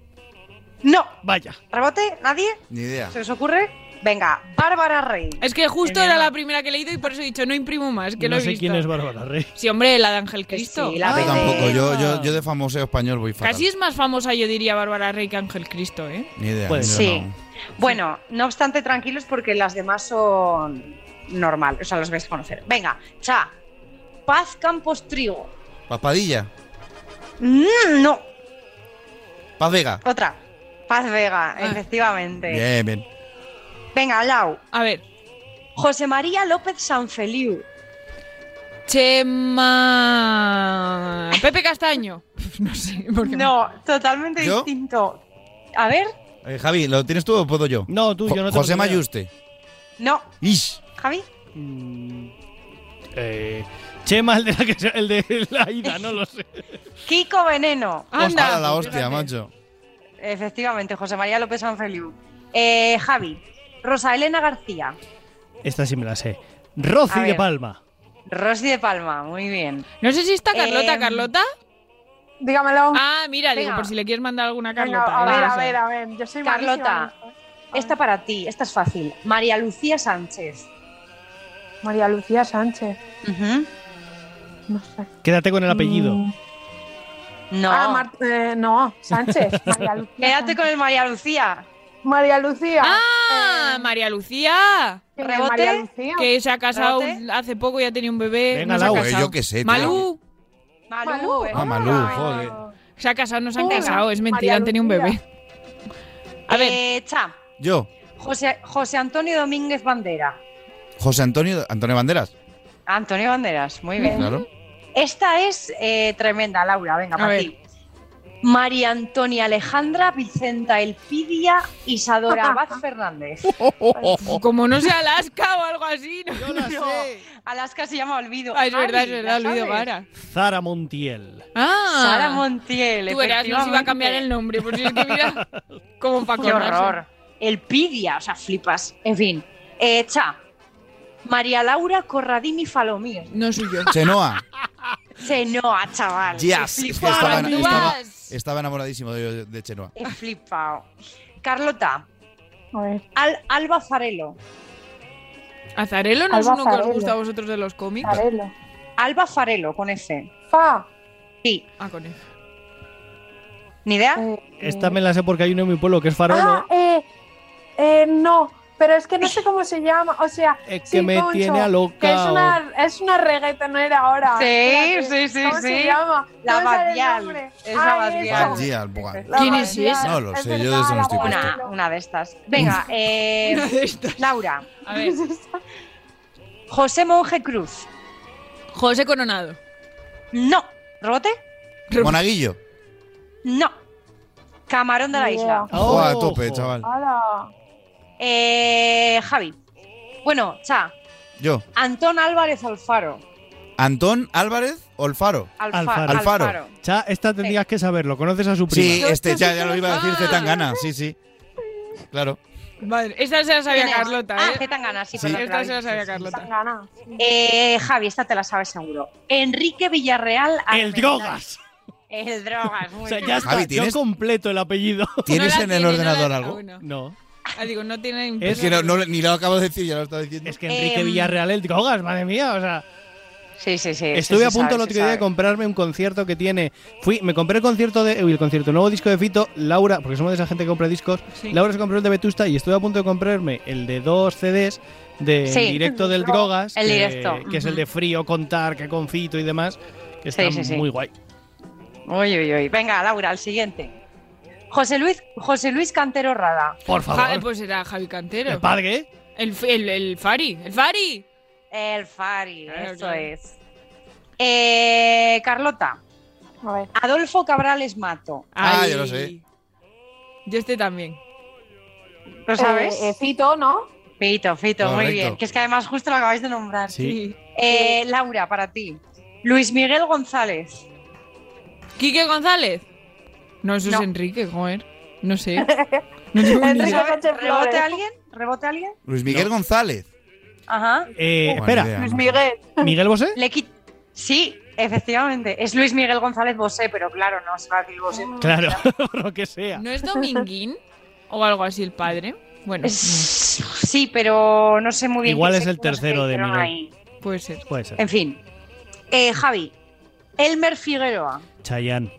Speaker 11: No.
Speaker 12: Vaya.
Speaker 11: ¿Rebote? ¿Nadie?
Speaker 1: Ni idea.
Speaker 11: ¿Se os ocurre? Venga, Bárbara Rey.
Speaker 16: Es que justo era la primera que he leído y por eso he dicho, no imprimo más, que
Speaker 12: no
Speaker 16: lo he
Speaker 12: sé
Speaker 16: visto.
Speaker 12: quién es Ah, Bárbara Rey.
Speaker 16: Sí, hombre, la de Ángel Cristo.
Speaker 11: Ah.
Speaker 1: yo tampoco, yo, yo, yo de famoso español voy fatal.
Speaker 16: Casi es más famosa, yo diría, Bárbara Rey que Ángel Cristo, ¿eh?
Speaker 1: Ni idea.
Speaker 16: Puede
Speaker 1: yo
Speaker 16: ser.
Speaker 11: Pues Sí.
Speaker 1: no.
Speaker 11: Bueno, no obstante, tranquilos porque las demás son normal, o sea, los vais a conocer. Venga, cha. Paz Campos Trigo.
Speaker 1: Papadilla.
Speaker 11: Mm, no,
Speaker 1: Paz Vega.
Speaker 11: otra. Paz
Speaker 16: Ah.
Speaker 11: Vega, efectivamente.
Speaker 1: Bien, bien.
Speaker 11: Venga, Lau.
Speaker 16: A ver.
Speaker 11: José María López Sanfeliu.
Speaker 16: Chema. Pepe Castaño. No sé,
Speaker 11: No, totalmente
Speaker 1: ¿Yo?
Speaker 11: distinto. A ver,
Speaker 1: Eh, Javi, ¿lo tienes tú o puedo yo?
Speaker 12: No, tú, yo no tengo
Speaker 1: José
Speaker 12: ni idea.
Speaker 1: Mayuste.
Speaker 11: no,
Speaker 1: Ish.
Speaker 11: Javi.
Speaker 12: Eh, Chema, el de, la que- el de la ida, no lo sé.
Speaker 11: Kiko Veneno.
Speaker 1: Hostia, la hostia, macho.
Speaker 11: Efectivamente, José María López Sanfeliu. Eh, Javi. Rosa Elena García.
Speaker 12: Esta sí me la sé. Rosy
Speaker 11: A
Speaker 12: de
Speaker 11: ver.
Speaker 12: Palma.
Speaker 11: Rosy de Palma, muy bien.
Speaker 16: No sé si está Carlota,
Speaker 11: Em,
Speaker 16: Carlota.
Speaker 15: Dígamelo.
Speaker 16: Ah, mira, digo,
Speaker 11: Venga.
Speaker 16: por si le quieres mandar alguna a
Speaker 15: Venga,
Speaker 16: Carlota.
Speaker 15: a ver,
Speaker 16: ¿eh?
Speaker 15: a ver, a ver. Yo soy malísima en
Speaker 11: Carlota,
Speaker 15: esto.
Speaker 11: esta para ti, esta es fácil. María Lucía Sánchez.
Speaker 15: ¿eh? María Lucía Sánchez. No sé.
Speaker 12: Quédate con el apellido.
Speaker 11: No.
Speaker 15: Ah, Mar- eh, no, Sánchez. María Lucía.
Speaker 11: Quédate con el María Lucía.
Speaker 15: María Lucía. Eh,
Speaker 16: ¡Ah! María Lucía.
Speaker 15: ¿quién es
Speaker 11: ¿Rebote?
Speaker 15: María Lucía?
Speaker 16: Ah. Que se ha casado
Speaker 11: ¿Rebote?
Speaker 16: hace poco y ha tenido un bebé.
Speaker 1: Venga,
Speaker 16: no se ha
Speaker 1: Lau,
Speaker 16: casado.
Speaker 1: Ah, yo qué sé, tío.
Speaker 16: Malú.
Speaker 11: Malú. eh.
Speaker 1: Ah, Malú, joder.
Speaker 16: Se ha casado, no se han
Speaker 11: Venga,
Speaker 16: casado. Es mentira,
Speaker 15: María
Speaker 16: han tenido un bebé.
Speaker 15: Lucía.
Speaker 16: A ver.
Speaker 11: Eh, cha,
Speaker 1: Yo,
Speaker 11: José, José Antonio Domínguez Bandera.
Speaker 1: José Antonio, Antonio Banderas.
Speaker 11: Antonio Banderas, muy bien.
Speaker 1: Claro.
Speaker 11: Esta es eh, tremenda, Laura, venga,
Speaker 16: A
Speaker 11: para
Speaker 16: ver.
Speaker 11: ti. María Antonia Alejandra Vicenta Elpidia Isadora Abad Fernández.
Speaker 16: Como no sea Alaska o algo así. No, no.
Speaker 11: Alaska se llama Olvido.
Speaker 16: Ah, es
Speaker 11: Ay,
Speaker 16: verdad, es
Speaker 11: ¿la
Speaker 16: verdad, Olvido
Speaker 11: sabes?
Speaker 16: Vara.
Speaker 12: Zara Montiel.
Speaker 16: Ah,
Speaker 11: Sara Montiel.
Speaker 16: Tú verás, nos iba a cambiar el nombre. Por si es que mira, como para
Speaker 11: efectivamente. Qué horror. Elpidia, o sea, flipas. En fin. Eh, cha. María Laura Corradini Falomir.
Speaker 16: No soy yo.
Speaker 1: Chenoa.
Speaker 11: Chenoa, ah, chaval.
Speaker 1: Jazz. Es
Speaker 11: He
Speaker 1: que
Speaker 11: flipado.
Speaker 1: estaba,
Speaker 16: Andúas.
Speaker 1: estaba- estaba enamoradísimo de, de Chenoa.
Speaker 11: He flipado. Carlota.
Speaker 15: A ver.
Speaker 11: Al- Alba Farelo.
Speaker 16: Azarelo no es
Speaker 15: Alba
Speaker 16: uno que os
Speaker 15: Azarelo.
Speaker 16: gusta a vosotros de los cómics.
Speaker 15: Carelo.
Speaker 11: Alba Farelo, con F.
Speaker 15: Fa.
Speaker 11: Sí.
Speaker 16: Ah, con él.
Speaker 11: ¿Ni
Speaker 16: Ah.
Speaker 11: idea?
Speaker 15: eh,
Speaker 12: Esta me la sé porque hay uno en mi pueblo que es farolo.
Speaker 15: Ah, eh, eh, no, pero es que no sé cómo se llama. O sea,
Speaker 12: Es que
Speaker 15: sí,
Speaker 12: me
Speaker 15: concho,
Speaker 12: tiene alocao.
Speaker 15: que es una, es una reggaetonera ahora.
Speaker 11: Sí,
Speaker 15: Espérate,
Speaker 11: sí, sí,
Speaker 15: ¿Cómo
Speaker 11: sí.
Speaker 15: se llama?
Speaker 11: La
Speaker 15: No me sale el
Speaker 11: Badial,
Speaker 15: nombre. Ah,
Speaker 11: es la
Speaker 15: Ay,
Speaker 11: Badial.
Speaker 15: esa.
Speaker 1: Al Gia, al Bogan.
Speaker 15: La
Speaker 16: ¿Quién es
Speaker 15: Badial,
Speaker 16: esa?
Speaker 1: No lo sé,
Speaker 15: es
Speaker 1: yo de eso no
Speaker 15: verdad,
Speaker 1: estoy
Speaker 15: la
Speaker 1: puesto.
Speaker 11: Una,
Speaker 15: Badial.
Speaker 11: una de estas. Venga, eh, Laura.
Speaker 16: A ver.
Speaker 11: José Monje Cruz.
Speaker 16: José Coronado.
Speaker 11: No. ¿Robote?
Speaker 1: Monaguillo.
Speaker 11: No. Camarón de la
Speaker 15: Ni
Speaker 11: isla.
Speaker 12: Oh,
Speaker 1: Buah, a tope,
Speaker 12: ojo.
Speaker 1: chaval.
Speaker 15: Hala.
Speaker 11: Eh, Javi. Bueno, cha.
Speaker 1: Yo,
Speaker 11: Antón Álvarez Alfaro.
Speaker 1: Antón Álvarez Olfaro.
Speaker 11: Alfa-
Speaker 12: Alfaro.
Speaker 1: Alfaro.
Speaker 12: Cha, esta tendrías que saberlo. ¿Conoces a su prima?
Speaker 1: Sí, este ya, ya lo iba a decir
Speaker 16: Ah.
Speaker 1: Zetangana. Sí, sí. Claro.
Speaker 16: Madre, esta se la sabía
Speaker 11: ¿Quién es?
Speaker 16: Carlota,
Speaker 11: Ah,
Speaker 16: ¿eh?
Speaker 11: Zetangana, sí,
Speaker 1: Sí.
Speaker 11: perdón,
Speaker 16: Esta se
Speaker 11: perdón.
Speaker 16: la sabía
Speaker 15: Están
Speaker 16: Carlota.
Speaker 15: ganas.
Speaker 11: Eh, Javi, esta te la sabes seguro. Enrique Villarreal.
Speaker 12: El
Speaker 11: Armendariz.
Speaker 12: drogas.
Speaker 11: El drogas, muy
Speaker 12: O sea,
Speaker 11: bien.
Speaker 12: ya está.
Speaker 1: Javi,
Speaker 12: yo
Speaker 1: ¿tienes-
Speaker 12: completo el Eh, apellido.
Speaker 1: ¿Tienes
Speaker 16: No la
Speaker 1: en el
Speaker 16: tiene, no la-
Speaker 1: ordenador
Speaker 16: ah,
Speaker 1: algo?
Speaker 16: bueno.
Speaker 12: No.
Speaker 16: Ah, digo, no tiene
Speaker 1: Es que no, no- ni lo acabo de decir, ya lo estaba diciendo.
Speaker 12: Es que Enrique
Speaker 11: Em.
Speaker 12: Villarreal, el drogas, madre mía. O sea,
Speaker 11: Sí, sí, sí.
Speaker 12: estuve
Speaker 11: sí,
Speaker 12: a
Speaker 11: se
Speaker 12: punto
Speaker 11: sabe,
Speaker 12: el
Speaker 11: se
Speaker 12: otro día de
Speaker 11: sabe.
Speaker 12: comprarme un concierto que tiene. Fui, me compré el concierto de. uy, el concierto, el nuevo disco de Fito, Laura, porque somos de esa gente que compra discos.
Speaker 16: Sí.
Speaker 12: Laura se compró el de Vetusta y estuve a punto de comprarme el de dos CDs de
Speaker 11: Sí.
Speaker 12: directo del
Speaker 15: Dro-
Speaker 12: drogas.
Speaker 11: el
Speaker 12: que-
Speaker 11: directo,
Speaker 12: Que, es el
Speaker 11: ujú.
Speaker 12: de frío, contar, que con Fito y demás. que Está
Speaker 11: Sí, sí, sí.
Speaker 12: muy guay.
Speaker 11: Uy, uy, uy. Venga, Laura, al siguiente. José Luis, José Luis Cantero Rada.
Speaker 12: Por favor.
Speaker 16: Ja- pues era Javi Cantero.
Speaker 12: ¿El padre?
Speaker 16: El, f- el, el Fari. ¡El Fari!
Speaker 11: El Fari,
Speaker 16: Claro,
Speaker 11: eso
Speaker 16: claro.
Speaker 11: es. Eh, Carlota.
Speaker 15: A ver.
Speaker 11: Adolfo Cabrales Mato.
Speaker 1: Ah,
Speaker 16: Ay.
Speaker 1: yo lo sé.
Speaker 16: Yo este también.
Speaker 11: ¿Lo sabes?
Speaker 15: Eh, eh, Fito, ¿no?
Speaker 11: Fito, Fito, muy
Speaker 1: Correcto.
Speaker 11: bien. Que es que además justo lo acabáis de nombrar.
Speaker 12: Sí.
Speaker 11: Eh, Laura, para ti. Luis Miguel González.
Speaker 16: ¿Quique González? No, eso
Speaker 11: No.
Speaker 16: es Enrique, joder. No sé. No tengo ni
Speaker 15: Enrique
Speaker 16: idea.
Speaker 15: Sánchez
Speaker 11: ¿Rebote
Speaker 15: Flores.
Speaker 11: alguien? ¿Rebote alguien?
Speaker 1: Luis Miguel González.
Speaker 11: Ajá.
Speaker 12: Eh,
Speaker 1: Buena
Speaker 12: espera,
Speaker 1: idea,
Speaker 15: Luis
Speaker 1: macho.
Speaker 15: Miguel.
Speaker 12: ¿Miguel Bosé?
Speaker 11: Le qui- Sí, Efectivamente, es Luis Miguel González Bosé, pero claro, no es Luis Bosé.
Speaker 12: Claro, por lo que sea.
Speaker 15: ¿No es Dominguín o algo así el padre? Bueno,
Speaker 11: Sí, pero no sé muy bien.
Speaker 12: Igual
Speaker 11: qué
Speaker 12: es el
Speaker 11: secuelas le
Speaker 12: tercero de
Speaker 11: hicieron
Speaker 12: Miguel.
Speaker 11: ahí.
Speaker 15: puede ser.
Speaker 12: Puede ser.
Speaker 11: En fin, Eh, Javi, Elmer Figueroa,
Speaker 12: Chayanne.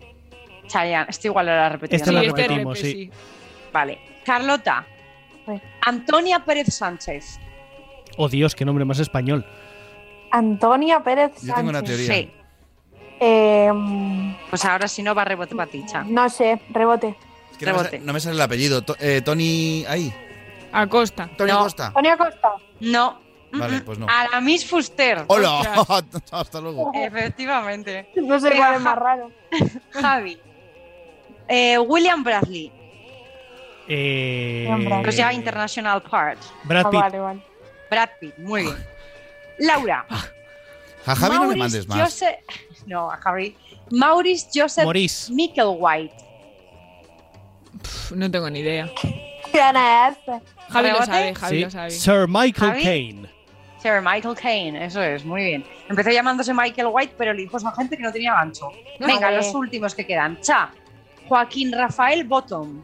Speaker 11: Chayanne, este igual lo la repetimos.
Speaker 12: Esta la repetimos, sí.
Speaker 11: Vale, Carlota, Antonia Pérez Sánchez.
Speaker 12: Oh Dios, qué nombre más español.
Speaker 17: Antonia Pérez Sánchez. Em,
Speaker 12: Yo tengo una teoría.
Speaker 11: Sí. pues ahora si no va rebote paticha.
Speaker 17: No sé, rebote.
Speaker 1: Es que no, me sale, no me sale el apellido. To- eh, Tony. Ahí.
Speaker 15: Acosta.
Speaker 1: Tony Acosta.
Speaker 17: Tony Acosta.
Speaker 11: No.
Speaker 1: Vale, pues no.
Speaker 11: Aramis Fuster.
Speaker 1: ¡Hola!
Speaker 11: Ostras.
Speaker 1: Hasta luego.
Speaker 11: Efectivamente.
Speaker 17: No sé
Speaker 11: Venga,
Speaker 17: cuál es más
Speaker 11: Ja-
Speaker 17: raro.
Speaker 11: Javi. Eh, William Bradley.
Speaker 12: Eh,
Speaker 11: Pues ya International Part.
Speaker 12: Brad Ah, Pitt. vale,
Speaker 11: Brad Pitt, muy bien. Laura.
Speaker 1: A Javi no me
Speaker 11: Maurice
Speaker 1: mandes más.
Speaker 11: Jose- No, a Javi. Maurice Joseph
Speaker 1: Maurice.
Speaker 11: Micklewhite.
Speaker 15: Pf, no tengo ni idea.
Speaker 11: Javi
Speaker 15: Javi lo sabe, Javi
Speaker 12: Sí,
Speaker 15: lo sabe.
Speaker 12: Sir Michael
Speaker 11: Javi.
Speaker 12: Caine.
Speaker 11: Sir Michael Kane, eso es, muy bien. Empezó llamándose Michael White, pero le dijo a su gente que no tenía gancho. Venga,
Speaker 17: Vale.
Speaker 11: los últimos que quedan. Cha. Joaquín Rafael Bottom.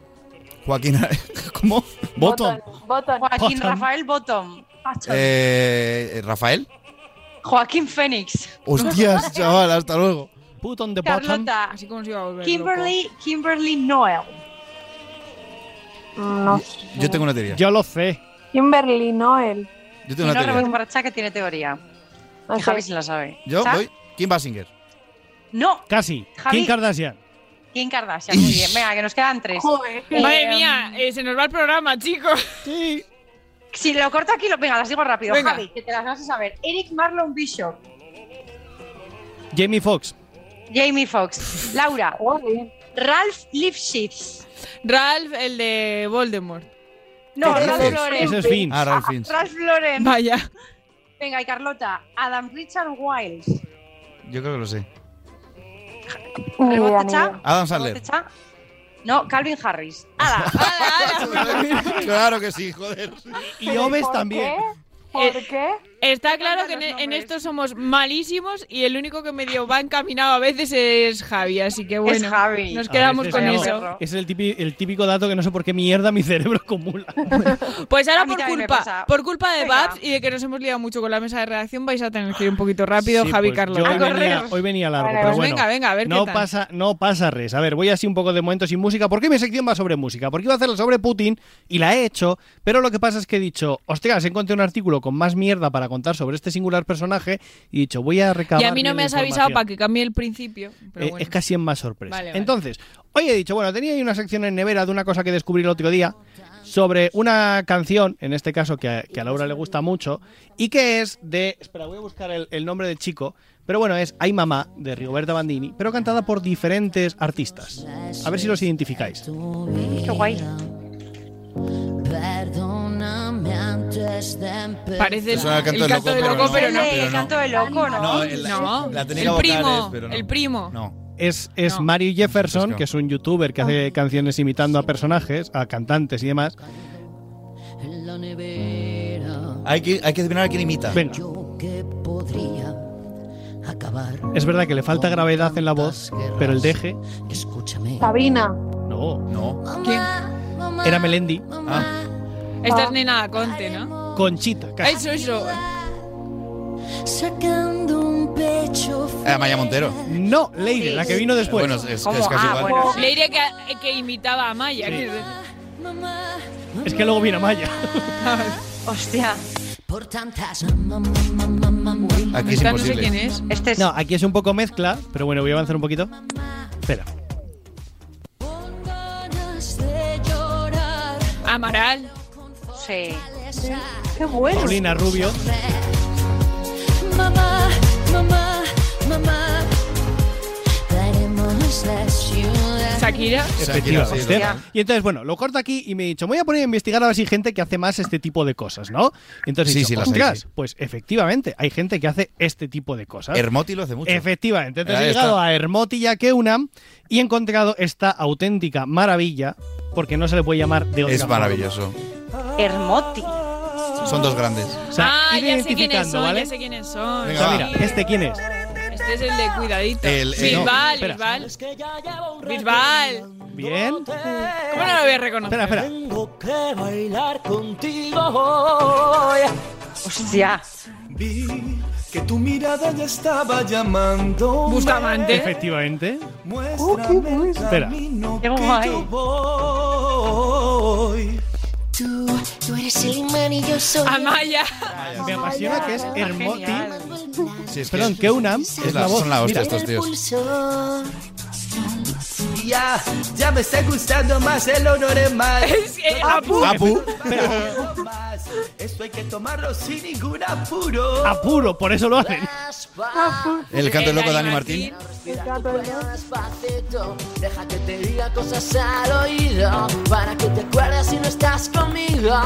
Speaker 1: Joaquín. ¿Cómo? Bottom.
Speaker 11: Joaquín
Speaker 1: Bottom.
Speaker 11: Rafael Bottom.
Speaker 1: Eh, ¿Rafael? Eh.
Speaker 11: Joaquín Fénix.
Speaker 1: Hostias, chaval, hasta luego.
Speaker 12: Put on the bottom.
Speaker 11: Carlota.
Speaker 15: Así como se iba a volver
Speaker 11: Kimberly, Kimberly Noel.
Speaker 17: No.
Speaker 1: Yo tengo una teoría.
Speaker 12: Yo lo sé.
Speaker 17: Kimberly Noel.
Speaker 1: Yo
Speaker 11: Y
Speaker 1: tengo una
Speaker 11: no
Speaker 1: teoría.
Speaker 11: Rubén Barracha, que tiene teoría.
Speaker 17: No
Speaker 11: Que
Speaker 17: sé.
Speaker 11: Javi se la sabe.
Speaker 1: Yo
Speaker 11: ¿Sa?
Speaker 1: voy. Kim Basinger.
Speaker 11: No,
Speaker 12: Casi.
Speaker 11: Javi.
Speaker 12: Kim Kardashian.
Speaker 11: Kim Kardashian. Muy bien, venga, que nos quedan tres. Eh,
Speaker 15: Madre mía, eh, se nos va el programa, chicos.
Speaker 12: Sí.
Speaker 11: Si lo corto aquí, lo, venga, las digo rápido.
Speaker 15: Venga.
Speaker 11: Javi, que te las vas a saber. Eric Marlon Bishop,
Speaker 12: Jamie Foxx.
Speaker 11: Jamie Foxx, Laura, Ralph Lifshitz.
Speaker 15: Ralph, el de Voldemort.
Speaker 11: No,
Speaker 15: Ese
Speaker 11: Ralph
Speaker 15: es-
Speaker 11: Lauren.
Speaker 12: ese es Fiennes. Ah, Ralph Fiennes.
Speaker 11: Ralph Lauren.
Speaker 15: Vaya.
Speaker 11: Venga, y Carlota, Adam Richard Wiles.
Speaker 1: Yo creo que lo sé.
Speaker 11: ¿Rebote, Cha?
Speaker 1: Adam Sandler.
Speaker 11: ¿Rebote, Cha? No, Calvin Harris. Ada.
Speaker 1: claro que sí, joder.
Speaker 12: Y Oves también.
Speaker 17: ¿Por qué?
Speaker 15: Está claro que en, en esto Eh, somos malísimos y el único que medio va encaminado a veces es Javi, así que bueno,
Speaker 11: Javi.
Speaker 15: nos
Speaker 12: A
Speaker 15: quedamos
Speaker 12: veces
Speaker 15: con
Speaker 12: no.
Speaker 15: eso.
Speaker 12: Ah, Es el típi- el típico, dato que no sé por qué mierda mi cerebro acumula.
Speaker 15: Pues
Speaker 11: A
Speaker 15: ahora
Speaker 11: mí
Speaker 15: por
Speaker 11: también me
Speaker 15: culpa,
Speaker 11: pasa.
Speaker 15: por culpa de
Speaker 11: Venga.
Speaker 15: Babs y de que nos hemos liado mucho con la mesa de redacción, vais a tener que ir un poquito rápido,
Speaker 12: Sí,
Speaker 15: Javi
Speaker 12: pues
Speaker 15: Carlos.
Speaker 12: yo hoy, venía, hoy venía largo,
Speaker 15: Vale,
Speaker 12: pero
Speaker 15: pues
Speaker 12: bueno.
Speaker 15: venga, venga, a ver
Speaker 12: no
Speaker 15: qué tal.
Speaker 12: pasa, No pasa res. A ver, voy así un poco de momento sin música. ¿Por qué mi sección va sobre música? Porque iba a hacerla sobre Putin y la he hecho, pero lo que pasa es que he dicho, hostias, encontré un artículo con más mierda para contar sobre este singular personaje y he dicho, voy a recabar
Speaker 15: Y a mí
Speaker 12: bien
Speaker 15: no
Speaker 12: la
Speaker 15: me has avisado
Speaker 12: información.
Speaker 15: para que cambie el principio. pero
Speaker 12: Eh,
Speaker 15: bueno.
Speaker 12: Es casi en más sorpresa.
Speaker 15: Vale, vale.
Speaker 12: Entonces, hoy he dicho, bueno, tenía ahí una sección en nevera de una cosa que descubrí el otro día sobre una canción, en este caso que a, que a Laura le gusta mucho, y que es de... Espera, voy a buscar el, el nombre del chico, pero bueno, es Ay Mamá, de Rigoberta Bandini, pero cantada por diferentes artistas. A ver si los identificáis.
Speaker 11: Qué guay.
Speaker 18: Perdóname antes de empezar.
Speaker 15: Parece el,
Speaker 1: Suena el canto
Speaker 15: el
Speaker 1: del
Speaker 15: canto
Speaker 1: loco,
Speaker 15: de
Speaker 1: pero
Speaker 15: loco,
Speaker 1: no,
Speaker 15: pero no.
Speaker 1: pero no. El canto del
Speaker 11: loco, ¿no?
Speaker 1: No, el-
Speaker 15: No.
Speaker 1: la
Speaker 15: el
Speaker 1: técnica
Speaker 15: primo,
Speaker 1: vocales, pero no.
Speaker 15: el primo.
Speaker 1: No.
Speaker 12: Es, es Mario Jefferson, que es un youtuber que
Speaker 15: Ah.
Speaker 12: hace canciones imitando a personajes, a cantantes y demás.
Speaker 18: En la nevera
Speaker 1: Hay que, hay que adivinar a quién imita.
Speaker 12: Venga.
Speaker 18: que podría acabar.
Speaker 12: Es verdad que le falta gravedad en la voz, pero el deje...
Speaker 18: Escúchame.
Speaker 17: Sabrina.
Speaker 12: No, no.
Speaker 15: ¿Quién?
Speaker 12: Era Melendi.
Speaker 1: eh.
Speaker 15: Esta es Nena Conte, ¿no?
Speaker 12: Conchita, casi.
Speaker 15: Eso, eso.
Speaker 18: Sacando un pecho.
Speaker 1: Eh, Maya Montero.
Speaker 12: No, Lady,
Speaker 15: Sí.
Speaker 12: la que vino después.
Speaker 1: Bueno, es, es- es casi
Speaker 11: Ah,
Speaker 1: igual.
Speaker 15: Le diré que, que imitaba a Maya. quiero decir.
Speaker 12: Es que luego viene Maya.
Speaker 11: Hostia.
Speaker 18: Por tantas. Mamá, mamá, mamá, mamá.
Speaker 12: Aquí es Esta no sé imposible. quién
Speaker 15: es. Este es.
Speaker 12: No, aquí es un poco mezcla, pero bueno, voy a avanzar un poquito. Espera.
Speaker 18: Ganas de llorar.
Speaker 15: Amaral.
Speaker 11: Sí.
Speaker 17: Qué bueno.
Speaker 12: Paulina Rubio.
Speaker 18: Mamá, mamá, mamá. Daremos la ciudad.
Speaker 15: Shakira.
Speaker 12: Efectiva,
Speaker 18: sí,
Speaker 12: usted.
Speaker 18: total.
Speaker 12: Y entonces, bueno, lo corto aquí y me he dicho, me voy a poner a investigar a ver si hay gente que hace más este tipo de cosas, ¿no? Y entonces,
Speaker 1: Sí,
Speaker 12: he dicho,
Speaker 1: sí, las hay,
Speaker 12: "Ostras,
Speaker 1: sí.
Speaker 12: pues efectivamente, hay gente que hace este tipo de cosas.
Speaker 1: Hermoti lo hace mucho.
Speaker 12: Efectivamente. Entonces
Speaker 1: Ahí
Speaker 12: he llegado
Speaker 1: está.
Speaker 12: a Hermoti y a Keunam y he encontrado esta auténtica maravilla, porque no se le puede llamar de otra
Speaker 1: Es
Speaker 12: forma.
Speaker 1: maravilloso.
Speaker 11: Hermoti.
Speaker 1: Son dos grandes.
Speaker 12: O sea,
Speaker 15: ah,
Speaker 12: ir
Speaker 15: ya sé quiénes
Speaker 12: identificando,
Speaker 15: son,
Speaker 12: ¿vale?
Speaker 15: ya sé quiénes son.
Speaker 12: O sea, mira, ¿este quién es?
Speaker 15: Este es el de cuidadito.
Speaker 1: El- el- no,
Speaker 15: Bisbal,
Speaker 1: espera.
Speaker 15: Bisbal. Bisbal.
Speaker 12: Bien.
Speaker 15: ¿Cómo no lo voy a reconocer?
Speaker 12: Espera, espera.
Speaker 15: Tengo que bailar contigo. Hostia.
Speaker 13: Vi que tu mirada ya estaba llamando.
Speaker 15: Bustamante.
Speaker 12: Efectivamente.
Speaker 13: Muéstrame el
Speaker 12: Espera.
Speaker 13: camino
Speaker 15: Qué
Speaker 13: que
Speaker 15: guay.
Speaker 13: yo voy.
Speaker 11: Tú, tú eres el imán y yo soy.
Speaker 15: Amaya.
Speaker 12: Me apasiona que es Hermoti.
Speaker 1: Sí, es que-
Speaker 12: Perdón, que UNAM
Speaker 1: es
Speaker 12: es
Speaker 1: la-
Speaker 12: la voz.
Speaker 1: son la hostia
Speaker 12: Mira.
Speaker 1: estos tíos.
Speaker 13: Ya, ya me está gustando más el honor en más.
Speaker 15: Es que Apu.
Speaker 1: Apu.
Speaker 13: Esto hay que tomarlo sin ningún apuro.
Speaker 12: Apuro, por eso lo hacen.
Speaker 1: El canto del loco de Dani Martín.
Speaker 11: Despacito, deja que te diga cosas al oído para que te acuerdes si no estás conmigo.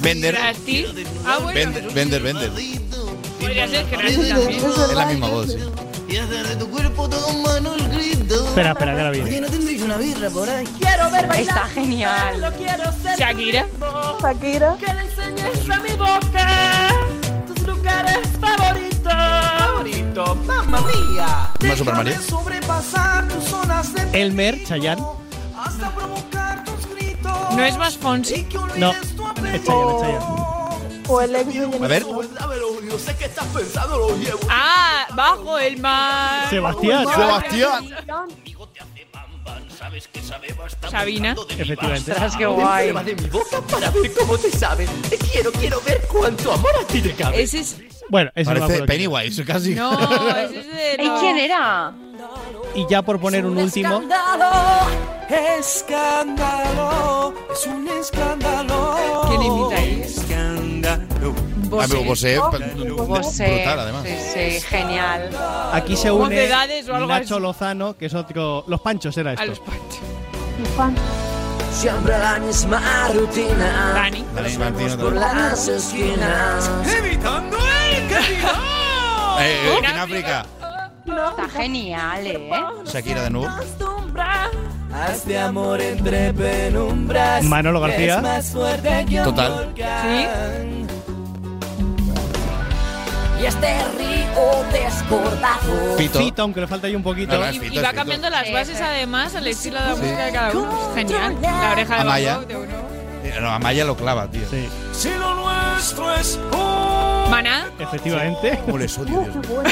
Speaker 1: Vender.
Speaker 15: Krusty. Ah, bueno.
Speaker 1: Vender, vender, vender.
Speaker 15: Podría ser Krusty también.
Speaker 1: Es la misma voz. sí.
Speaker 13: Y hacer de tu cuerpo todo un manuscrito.
Speaker 12: Espera, espera, que ahora viene.
Speaker 13: Oye, ¿no tendréis una birra por ahí?
Speaker 19: Quiero ver bailar.
Speaker 20: Está genial.
Speaker 19: Quiero ser
Speaker 15: Shakira.
Speaker 19: Shakira.
Speaker 13: Que le enseñes a mi boca tus lugares favoritos. Favorito, mamma mía.
Speaker 1: Una Super Mario.
Speaker 13: Déjame sobrepasar tus zonas de
Speaker 12: Elmer, Chayanne.
Speaker 13: hasta provocar tus gritos.
Speaker 15: ¿No es más Fonsi?
Speaker 12: No. Es Chayanne, es Chayanne.
Speaker 19: O el ex de-
Speaker 1: A ver.
Speaker 13: Dámelo, yo sé que estás pensando, lo llevo.
Speaker 15: Ah, bajo el mar.
Speaker 12: Sebastián.
Speaker 1: Sebastián.
Speaker 13: Sabes que sabe bastante.
Speaker 15: Sabina.
Speaker 12: Efectivamente.
Speaker 15: Ostras, qué guay.
Speaker 13: de mi boca para ver cómo te sabe. Te quiero, quiero ver cuánto amor a ti te cabe.
Speaker 15: Ese es.
Speaker 12: Bueno, eso no me
Speaker 1: Parece
Speaker 12: acuerdo quién
Speaker 1: Pennywise, casi.
Speaker 15: No, ese es de.
Speaker 20: ¿Y
Speaker 15: los-
Speaker 20: quién era?
Speaker 12: es. Y ya por poner un último.
Speaker 13: Escándalo, es un escándalo.
Speaker 15: ¿Quién imita ahí?
Speaker 13: Escándalo.
Speaker 1: Amigo, Bosé, pa-
Speaker 15: Pues, eh,
Speaker 20: José.
Speaker 1: brutal además.
Speaker 20: Sí, sí, genial.
Speaker 12: Aquí se une
Speaker 15: Mocedades o algo
Speaker 12: Nacho
Speaker 15: así.
Speaker 12: Lozano, que es otro. Los Panchos era
Speaker 15: A los
Speaker 12: esto.
Speaker 15: panchos.
Speaker 13: Siempre la misma rutina.
Speaker 15: Dani.
Speaker 1: Dani Martín otra
Speaker 13: Por
Speaker 1: vez.
Speaker 13: las esquinas. Evitando el camino.
Speaker 1: Eh, eh, en África.
Speaker 20: Está genial, ¿eh?
Speaker 1: Shakira de nuevo.
Speaker 13: Hazte amor entre penumbras.
Speaker 12: Manolo
Speaker 13: que
Speaker 12: García.
Speaker 13: es más fuerte que un
Speaker 1: Total.
Speaker 13: volcán.
Speaker 11: Y este río desbordado.
Speaker 1: Pito.
Speaker 12: Fito, aunque le falta ahí un poquito.
Speaker 1: No, no, es
Speaker 15: Y,
Speaker 1: Fito,
Speaker 15: y va
Speaker 1: es Fito.
Speaker 15: cambiando las bases además al estilo de la música de cada uno.
Speaker 11: Sí.
Speaker 15: Genial. La oreja de
Speaker 1: Amaya.
Speaker 15: Van Gogh de uno.
Speaker 1: Eh, No, Amaya lo clava, tío.
Speaker 12: Sí,
Speaker 13: Si lo nuestro es un-
Speaker 15: Maná.
Speaker 12: efectivamente.
Speaker 1: ¿Cómo les odio, Dios mío.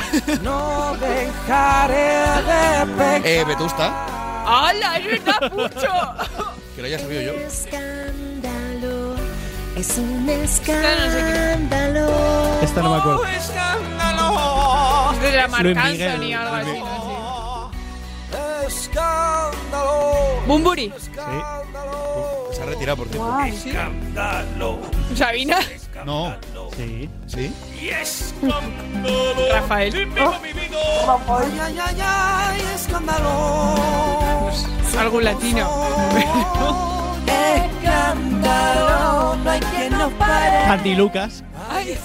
Speaker 13: No dejaré de pecar.
Speaker 1: Eh, Vetusta,
Speaker 15: ¡Hala! ¡Es verdad, Pucho!
Speaker 1: que lo haya sabido yo.
Speaker 11: Escándalo, es un
Speaker 15: no sé
Speaker 11: escándalo.
Speaker 12: Esta no me acuerdo.
Speaker 13: escándalo.
Speaker 15: Es de la
Speaker 12: Luis
Speaker 15: Marc
Speaker 12: Miguel,
Speaker 15: Anthony o algo
Speaker 12: Luis
Speaker 15: así.
Speaker 12: Miguel.
Speaker 15: no
Speaker 13: Escándalo.
Speaker 15: sé. Bumburi.
Speaker 13: Escándalo.
Speaker 1: Se ha retirado, por cierto.
Speaker 19: Guay.
Speaker 13: Escándalo.
Speaker 15: Sabina.
Speaker 1: No.
Speaker 12: Sí.
Speaker 1: ¿Sí?
Speaker 13: Y escándalo.
Speaker 15: Rafael.
Speaker 13: Ay, ay, ay, ay, escándalo.
Speaker 15: Algún latino.
Speaker 13: Escándalo. No hay quien nos pare.
Speaker 12: Andy Lucas.
Speaker 15: Ay.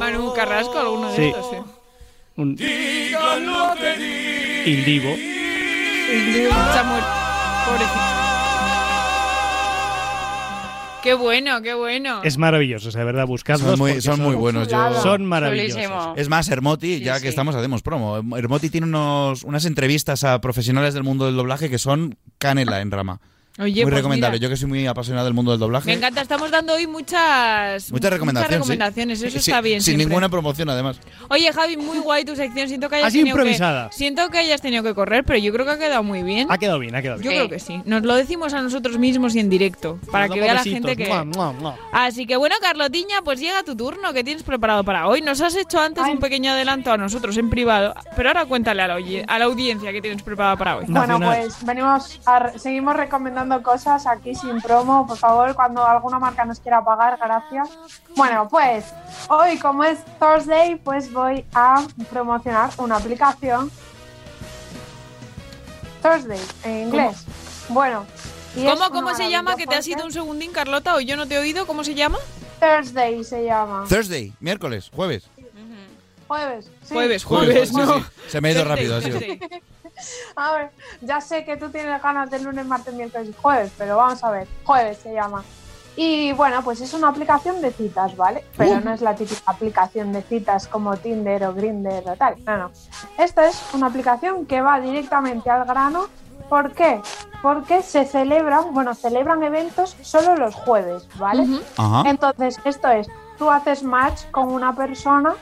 Speaker 15: Manu Carrasco, alguno de
Speaker 12: Sí.
Speaker 15: estos. Sí.
Speaker 12: Un
Speaker 13: Díganlo que di.
Speaker 12: indivo.
Speaker 15: Está muerto. Pobrecito. Qué bueno, qué bueno.
Speaker 12: Es maravilloso, o sea, de verdad, buscadlos.
Speaker 1: Son muy,
Speaker 12: porque
Speaker 1: son muy buenos. Yo...
Speaker 12: Son maravillosos.
Speaker 20: Chulísimo.
Speaker 1: Es más, Hermoti,
Speaker 20: Sí,
Speaker 1: ya
Speaker 20: sí.
Speaker 1: que estamos, hacemos promo. Hermoti tiene unos, unas entrevistas a profesionales del mundo del doblaje que son canela en rama. muy
Speaker 15: Oye, pues
Speaker 1: recomendable.
Speaker 15: mira,
Speaker 1: Yo que soy muy apasionado del mundo del doblaje.
Speaker 15: Me encanta, estamos dando hoy muchas,
Speaker 1: Muchas recomendaciones. sí.
Speaker 15: recomendaciones, eso
Speaker 1: Sí,
Speaker 15: está bien.
Speaker 1: Sin
Speaker 15: siempre.
Speaker 1: ninguna promoción, además.
Speaker 15: Oye, Javi, muy guay tu sección. Siento que hayas
Speaker 12: Ha sido
Speaker 15: tenido
Speaker 12: improvisada.
Speaker 15: Que, siento que hayas tenido que correr, pero yo creo que ha quedado muy bien.
Speaker 12: Ha quedado bien, ha quedado
Speaker 15: Yo
Speaker 12: bien.
Speaker 15: creo que sí. Nos lo decimos a nosotros mismos y en directo, para
Speaker 12: Nos damos
Speaker 15: que vea la
Speaker 12: besitos.
Speaker 15: gente que.
Speaker 12: Mua, mua, mua.
Speaker 15: Así que bueno, Carlotiña, pues llega tu turno que tienes preparado para hoy. Nos has hecho antes un pequeño adelanto a nosotros en privado, pero ahora cuéntale a la, oye- a la audiencia que tienes preparada para hoy.
Speaker 19: Bueno,
Speaker 12: Nacional.
Speaker 19: pues venimos a re- seguimos recomendando cosas aquí sin promo, por favor, cuando alguna marca nos quiera pagar, gracias. Bueno, pues hoy como es Thursday, pues voy a promocionar una aplicación. Thursday, en inglés. Bueno. y es
Speaker 15: ¿Cómo,
Speaker 19: una
Speaker 15: cómo se llama?
Speaker 19: maravilla
Speaker 15: Que te has
Speaker 19: porque
Speaker 15: ido un segundín, Carlota, o yo no te he oído. ¿Cómo se llama?
Speaker 19: Thursday se
Speaker 11: Ah.
Speaker 19: llama.
Speaker 1: Thursday, miércoles, jueves.
Speaker 19: Jueves. sí.
Speaker 15: Jueves, jueves,
Speaker 1: sí,
Speaker 15: no.
Speaker 1: sí. Se me ha ido
Speaker 15: Thursday,
Speaker 1: rápido. ha sido.
Speaker 15: Thursday.
Speaker 19: A ver, ya sé que tú tienes ganas de lunes, martes, miércoles y jueves, pero vamos a ver. Jueves se llama.
Speaker 15: Y bueno, pues es una aplicación de citas, ¿vale? Pero no es la típica aplicación de citas como Tinder o Grindr o tal. No, no. Esta es una aplicación que va directamente al grano. ¿Por qué? Porque se celebran, bueno, celebran eventos solo los jueves, ¿vale?
Speaker 21: Ajá.
Speaker 15: Entonces, esto es, tú haces match con una persona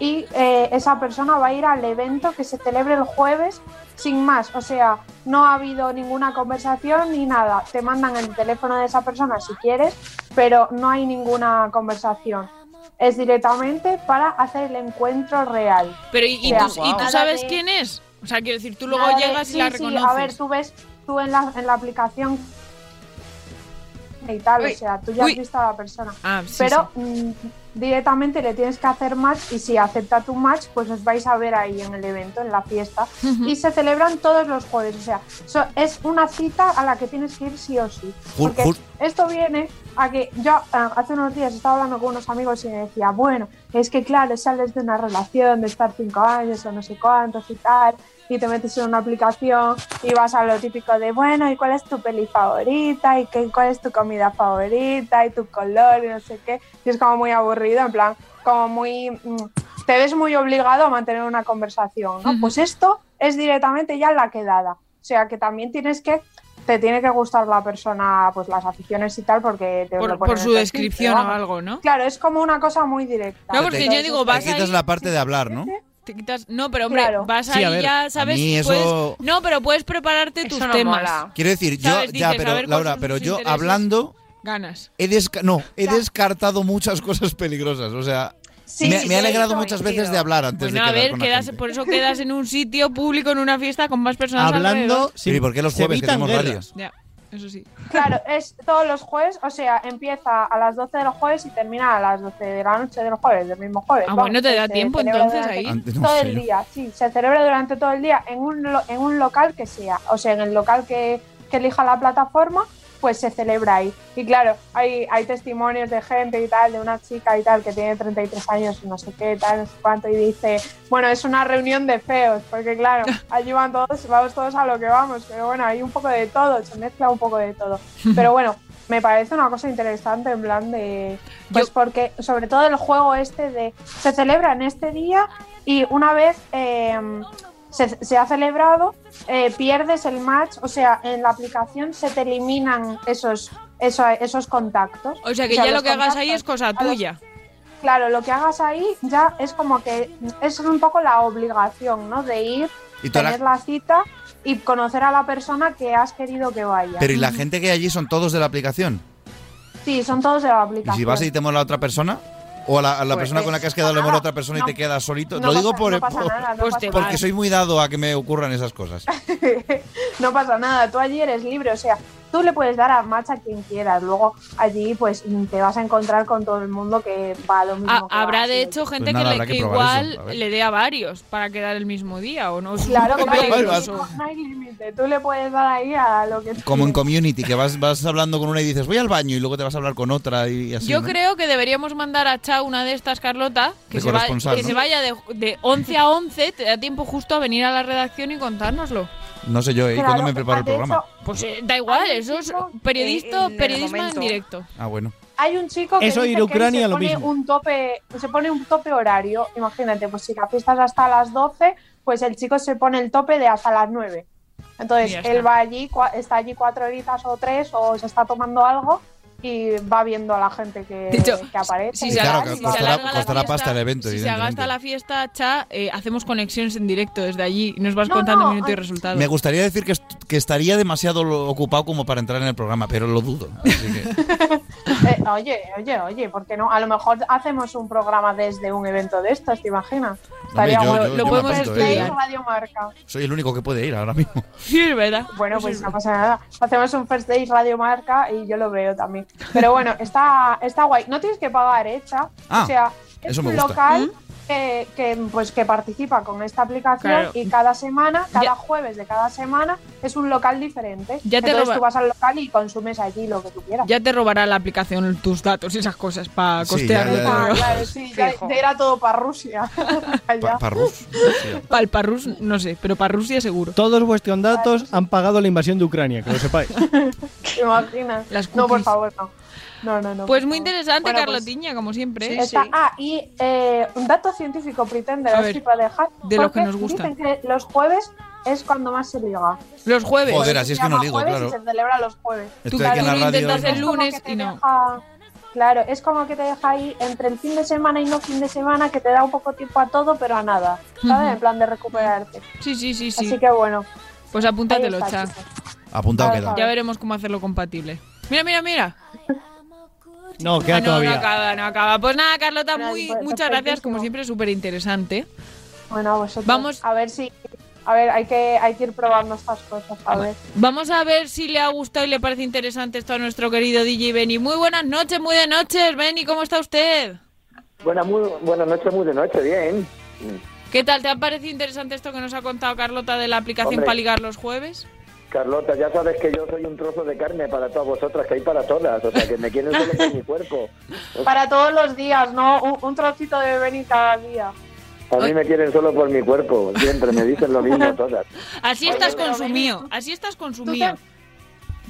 Speaker 15: y eh, esa persona va a ir al evento que se celebre el jueves sin más. O sea, no ha habido ninguna conversación ni nada. Te mandan el teléfono de esa persona si quieres, pero no hay ninguna conversación. Es directamente para hacer el encuentro real.
Speaker 11: Pero ¿y, y
Speaker 15: O sea,
Speaker 11: tú, y tú
Speaker 15: nada
Speaker 11: sabes
Speaker 15: de-
Speaker 11: quién es? O sea, quiero decir, tú luego
Speaker 15: nada de-
Speaker 11: llegas y
Speaker 15: sí,
Speaker 11: la
Speaker 15: sí,
Speaker 11: reconoces.
Speaker 15: A ver, tú ves, tú en la, en la aplicación y tal, o sea, tú ya has visto a la persona.
Speaker 11: Ah, sí,
Speaker 15: Pero mm, directamente le tienes que hacer match y si acepta tu match, pues os vais a ver ahí en el evento, en la fiesta. Y se celebran todos los jueves, o sea, so- es una cita a la que tienes que ir sí o sí.
Speaker 11: Eh,
Speaker 1: Ju-
Speaker 15: Porque
Speaker 1: ju-
Speaker 15: esto viene a que yo eh, hace unos días estaba hablando con unos amigos y me decía, bueno, es que claro, sales de una relación de estar cinco años o no sé cuántos y tal, y te metes en una aplicación y vas a lo típico de, bueno, ¿y cuál es tu peli favorita? ¿Y qué, cuál es tu comida favorita? ¿Y tu color? Y no sé qué. Y es como muy aburrido, en plan, como muy... mm, te ves muy obligado a mantener una conversación, ¿no? Pues esto es directamente ya la quedada. O sea que también tienes que te tiene que gustar la persona, pues las aficiones y tal, porque te
Speaker 11: Por-
Speaker 15: lo
Speaker 11: por
Speaker 15: ponen
Speaker 11: su
Speaker 15: en el perfil,
Speaker 11: descripción
Speaker 15: pero
Speaker 11: o
Speaker 15: vamos.
Speaker 11: algo, ¿no?
Speaker 15: Claro, es como una cosa muy directa.
Speaker 11: No, porque yo digo, vas
Speaker 1: Te quitas
Speaker 11: ahí-
Speaker 1: la parte de hablar, ¿no?
Speaker 11: Te quitas... No, pero hombre,
Speaker 15: Claro.
Speaker 11: vas
Speaker 1: Sí, a
Speaker 11: ahí
Speaker 1: ver,
Speaker 11: ya,
Speaker 1: a
Speaker 11: ¿sabes?
Speaker 1: mí eso-
Speaker 11: Puedes- No, pero puedes prepararte tus
Speaker 2: no
Speaker 11: temas.
Speaker 2: mola.
Speaker 1: Quiero decir, yo,
Speaker 11: ¿Sabes?
Speaker 1: ya,
Speaker 11: Dices, a
Speaker 1: pero
Speaker 11: ver, ¿cuáles
Speaker 1: Laura,
Speaker 11: son
Speaker 1: pero
Speaker 11: tus
Speaker 1: yo
Speaker 11: intereses?
Speaker 1: hablando
Speaker 11: Ganas.
Speaker 1: he, desca- no, he descartado muchas cosas peligrosas. O sea,
Speaker 11: Sí,
Speaker 1: me,
Speaker 11: sí,
Speaker 1: me ha
Speaker 11: sí,
Speaker 1: alegrado
Speaker 11: coincido.
Speaker 1: muchas veces de hablar antes
Speaker 11: Bueno,
Speaker 1: de
Speaker 11: a
Speaker 1: quedar
Speaker 11: ver,
Speaker 1: con la
Speaker 11: quedas,
Speaker 1: gente.
Speaker 11: por eso quedas en un sitio público, en una fiesta, con más personas
Speaker 12: Hablando,
Speaker 11: alrededor.
Speaker 1: Pero ¿y por qué los
Speaker 12: se
Speaker 1: jueves que
Speaker 12: evitan
Speaker 1: tenemos radios?
Speaker 12: guerras.
Speaker 11: Ya, eso sí.
Speaker 15: Claro, es todos los jueves, o sea, empieza a las 12 del jueves y termina a las 12 de la noche del jueves, del mismo jueves.
Speaker 11: Ah,
Speaker 15: Vamos,
Speaker 11: bueno, te da
Speaker 15: se
Speaker 11: tiempo,
Speaker 15: celebra
Speaker 11: entonces,
Speaker 15: durante
Speaker 11: ahí. Antes,
Speaker 1: no
Speaker 15: todo
Speaker 1: sé.
Speaker 15: el día, sí, se celebra durante todo el día en un, lo- en un local que sea, o sea, en el local que, que elija la plataforma, pues se celebra ahí. Y claro, hay, hay testimonios de gente y tal, de una chica y tal, que tiene 33 años y no sé qué, tal, no sé cuánto, y dice, bueno, es una reunión de feos, porque claro, allí van todos, vamos todos a lo que vamos, pero bueno, hay un poco de todo, se mezcla un poco de todo. Pero bueno, me parece una cosa interesante en plan de... Pues porque sobre todo el juego este de... Se celebra en este día y una vez eh, se, se ha celebrado, eh, pierdes el match, o sea, en la aplicación se te eliminan esos, eso- esos contactos.
Speaker 11: O sea, que ya
Speaker 15: los
Speaker 11: lo que hagas
Speaker 15: contactos-
Speaker 11: ahí es cosa
Speaker 15: los-
Speaker 11: tuya.
Speaker 15: Claro, lo que hagas ahí ya es como que es un poco la obligación, ¿no? De ir,
Speaker 1: Y toda la-
Speaker 15: tener la... cita y conocer a la persona que has querido que vaya.
Speaker 1: Pero ¿y la gente que hay allí son todos de la aplicación?
Speaker 15: Sí, son todos de la
Speaker 1: ¿Y
Speaker 15: aplicación.
Speaker 1: si vas y te mola a otra persona? ¿O a la, a la
Speaker 15: Pues
Speaker 1: persona con la que has quedado le mola a otra persona y te quedas solito?
Speaker 15: no
Speaker 1: Lo digo
Speaker 15: pasa-
Speaker 1: por,
Speaker 15: no pasa
Speaker 1: por-
Speaker 15: nada, no
Speaker 11: Pues
Speaker 1: porque
Speaker 15: pasa nada.
Speaker 1: soy muy dado a que me ocurran esas cosas.
Speaker 15: no pasa nada, tú allí eres libre, o sea, tú le puedes dar a match a quien quieras, luego allí pues mm, te vas a encontrar con todo el mundo que va a lo mismo.
Speaker 11: Ah,
Speaker 15: que
Speaker 11: habrá
Speaker 15: vas,
Speaker 11: de
Speaker 15: y-
Speaker 11: hecho gente
Speaker 1: Pues nada,
Speaker 11: que,
Speaker 1: habrá
Speaker 11: le-
Speaker 1: que
Speaker 11: que
Speaker 1: probar
Speaker 11: igual
Speaker 1: eso, a ver.
Speaker 11: le dé a varios para quedar el mismo día o no. Es un
Speaker 15: Claro,
Speaker 11: poco
Speaker 15: claro,
Speaker 11: peligroso.
Speaker 15: no, no hay límite, tú le puedes dar ahí a lo que tú
Speaker 1: Como en community, que vas, vas hablando con una y dices voy al baño y luego te vas a hablar con otra y así.
Speaker 11: Yo
Speaker 1: ¿no?
Speaker 11: creo que deberíamos mandar a Chao una de estas, Carlota, que,
Speaker 1: De
Speaker 11: se, va-
Speaker 1: corresponsal,
Speaker 11: que
Speaker 1: ¿no?
Speaker 11: se vaya de, de 11 a 11, te da tiempo justo a venir a la redacción y contárnoslo.
Speaker 1: No sé yo, ¿eh?
Speaker 11: Claro,
Speaker 1: ¿Cuándo me preparo el
Speaker 11: de eso-
Speaker 1: programa?
Speaker 11: Pues eh, da igual, eso es periodista,
Speaker 15: en el
Speaker 11: periodismo en
Speaker 15: momento.
Speaker 11: directo.
Speaker 1: Ah, bueno.
Speaker 15: Hay un chico que
Speaker 1: Eso
Speaker 15: dice
Speaker 1: ir a
Speaker 15: que
Speaker 1: Ucrania
Speaker 15: se
Speaker 1: lo
Speaker 15: pone
Speaker 1: mismo.
Speaker 15: un tope, se pone un tope horario. Imagínate, pues si la fiesta es hasta las 12, pues el chico se pone el tope de hasta las 9.
Speaker 11: Y
Speaker 15: Entonces,
Speaker 11: ya está.
Speaker 15: él va allí, cua- está allí cuatro horitas o tres, o se está tomando algo y va viendo a la gente que,
Speaker 11: De hecho,
Speaker 15: que aparece.
Speaker 1: Y
Speaker 15: y
Speaker 1: claro,
Speaker 15: tal,
Speaker 1: que
Speaker 15: y va-
Speaker 1: costará,
Speaker 11: alarga la
Speaker 1: costará
Speaker 11: fiesta,
Speaker 1: pasta el evento,
Speaker 11: Si se
Speaker 1: evidentemente.
Speaker 11: agasta la fiesta, Cha, eh, hacemos conexiones en directo desde allí y nos vas
Speaker 15: No,
Speaker 11: contando
Speaker 15: no,
Speaker 11: minutos y
Speaker 15: ah.
Speaker 11: resultados.
Speaker 1: Me gustaría decir que, est- que estaría demasiado lo- ocupado como para entrar en el programa, pero lo dudo. Así que-
Speaker 15: eh, oye, oye, oye, ¿por qué no? A lo mejor hacemos un programa desde un evento de estos, ¿te imaginas? Estaría
Speaker 1: yo-
Speaker 15: guay.
Speaker 1: yo- Lo yo me podemos apunto, ¿eh? estudiar.
Speaker 15: Radio Marca.
Speaker 1: soy el único que puede ir ahora mismo.
Speaker 11: Sí, es verdad.
Speaker 15: Bueno, pues no pasa nada. Hacemos un first day Radio
Speaker 11: Ah,
Speaker 15: Marca y yo lo veo también. Pero bueno, está, está guay. No tienes que pagar, ¿eh? Cha?
Speaker 1: Ah,
Speaker 15: o sea, es
Speaker 1: eso me
Speaker 15: un
Speaker 1: gusta. ¿Mm?
Speaker 15: local
Speaker 11: que, que, pues, que participa con esta aplicación
Speaker 15: Claro.
Speaker 11: y cada semana, cada
Speaker 15: Ya-
Speaker 11: jueves de cada semana, es un local diferente.
Speaker 15: Ya te
Speaker 11: Entonces
Speaker 15: roba-
Speaker 11: tú vas al local y consumes allí lo que tú quieras.
Speaker 15: Ya te robará la aplicación tus datos y esas cosas para
Speaker 1: Sí,
Speaker 15: costear
Speaker 1: ya,
Speaker 15: el
Speaker 1: ya, ya.
Speaker 15: correo.
Speaker 11: Claro, sí, ya,
Speaker 15: Fijo.
Speaker 11: ya era todo para Rusia. Allá.
Speaker 15: Para el Parrus, no sé, pero para Rusia seguro.
Speaker 12: Todos vuestros datos han pagado la invasión de Ucrania, que lo sepáis.
Speaker 11: ¿Te imaginas? no, por favor, no. No, no, no.
Speaker 15: Pues
Speaker 11: por
Speaker 15: muy
Speaker 11: favor.
Speaker 15: interesante,
Speaker 11: Bueno, pues,
Speaker 15: Carlotiña, como siempre. ¿eh?
Speaker 11: Está- Ah, y eh, un dato científico pretender,
Speaker 15: A
Speaker 11: así
Speaker 15: ver,
Speaker 11: para dejar.
Speaker 15: de los que
Speaker 11: porque
Speaker 15: nos gustan.
Speaker 11: Dicen que los jueves es cuando más se liga.
Speaker 15: Los jueves.
Speaker 1: Joder, así
Speaker 11: Se
Speaker 1: es que no
Speaker 11: llama
Speaker 1: ligo,
Speaker 11: jueves
Speaker 1: claro.
Speaker 11: Y se celebra los jueves.
Speaker 1: Estoy Tú- aquí en la tú lo radio intentas y- el
Speaker 11: Es como que
Speaker 15: lunes
Speaker 11: te
Speaker 15: y no.
Speaker 11: deja- claro, es como que te deja ahí entre el fin de semana y no fin de semana, que te da un poco tiempo a todo, pero a nada. ¿Sabes?
Speaker 15: Ujú.
Speaker 11: En plan de recuperarte.
Speaker 15: Sí, sí, sí, sí.
Speaker 11: Así que bueno.
Speaker 15: Pues apúntatelo,
Speaker 11: Ahí está,
Speaker 15: Cha.
Speaker 1: Apuntado queda.
Speaker 15: Ya veremos cómo hacerlo compatible. Mira, mira, mira.
Speaker 12: No, queda
Speaker 15: Ah, no, no
Speaker 12: todavía.
Speaker 15: acaba, no acaba. Pues nada, Carlota,
Speaker 11: Bueno,
Speaker 15: muy,
Speaker 11: pues,
Speaker 15: muchas gracias, como siempre, súper interesante.
Speaker 11: Bueno, a vosotros. Vamos. A ver si. A ver, hay que, hay que ir probando estas cosas. A ver.
Speaker 15: Vamos a ver si le ha gustado y le parece interesante esto a nuestro querido DJ Benny. Muy buenas noches, muy de noches, Benny, ¿cómo está usted?
Speaker 21: Buenas, muy, buenas noches, muy de noche, bien.
Speaker 15: ¿Qué tal? ¿Te ha parecido interesante esto que nos ha contado Carlota de la aplicación
Speaker 21: Hombre.
Speaker 15: para ligar los jueves?
Speaker 21: Carlota, ya sabes que yo soy un trozo de carne para todas vosotras, que hay para todas, o sea, que me quieren solo por mi cuerpo.
Speaker 11: Para todos los días, ¿no? Un, un trocito de venir cada día.
Speaker 21: A mí me quieren solo por mi cuerpo, siempre me dicen lo mismo todas.
Speaker 15: Así estás consumido, así estás consumido.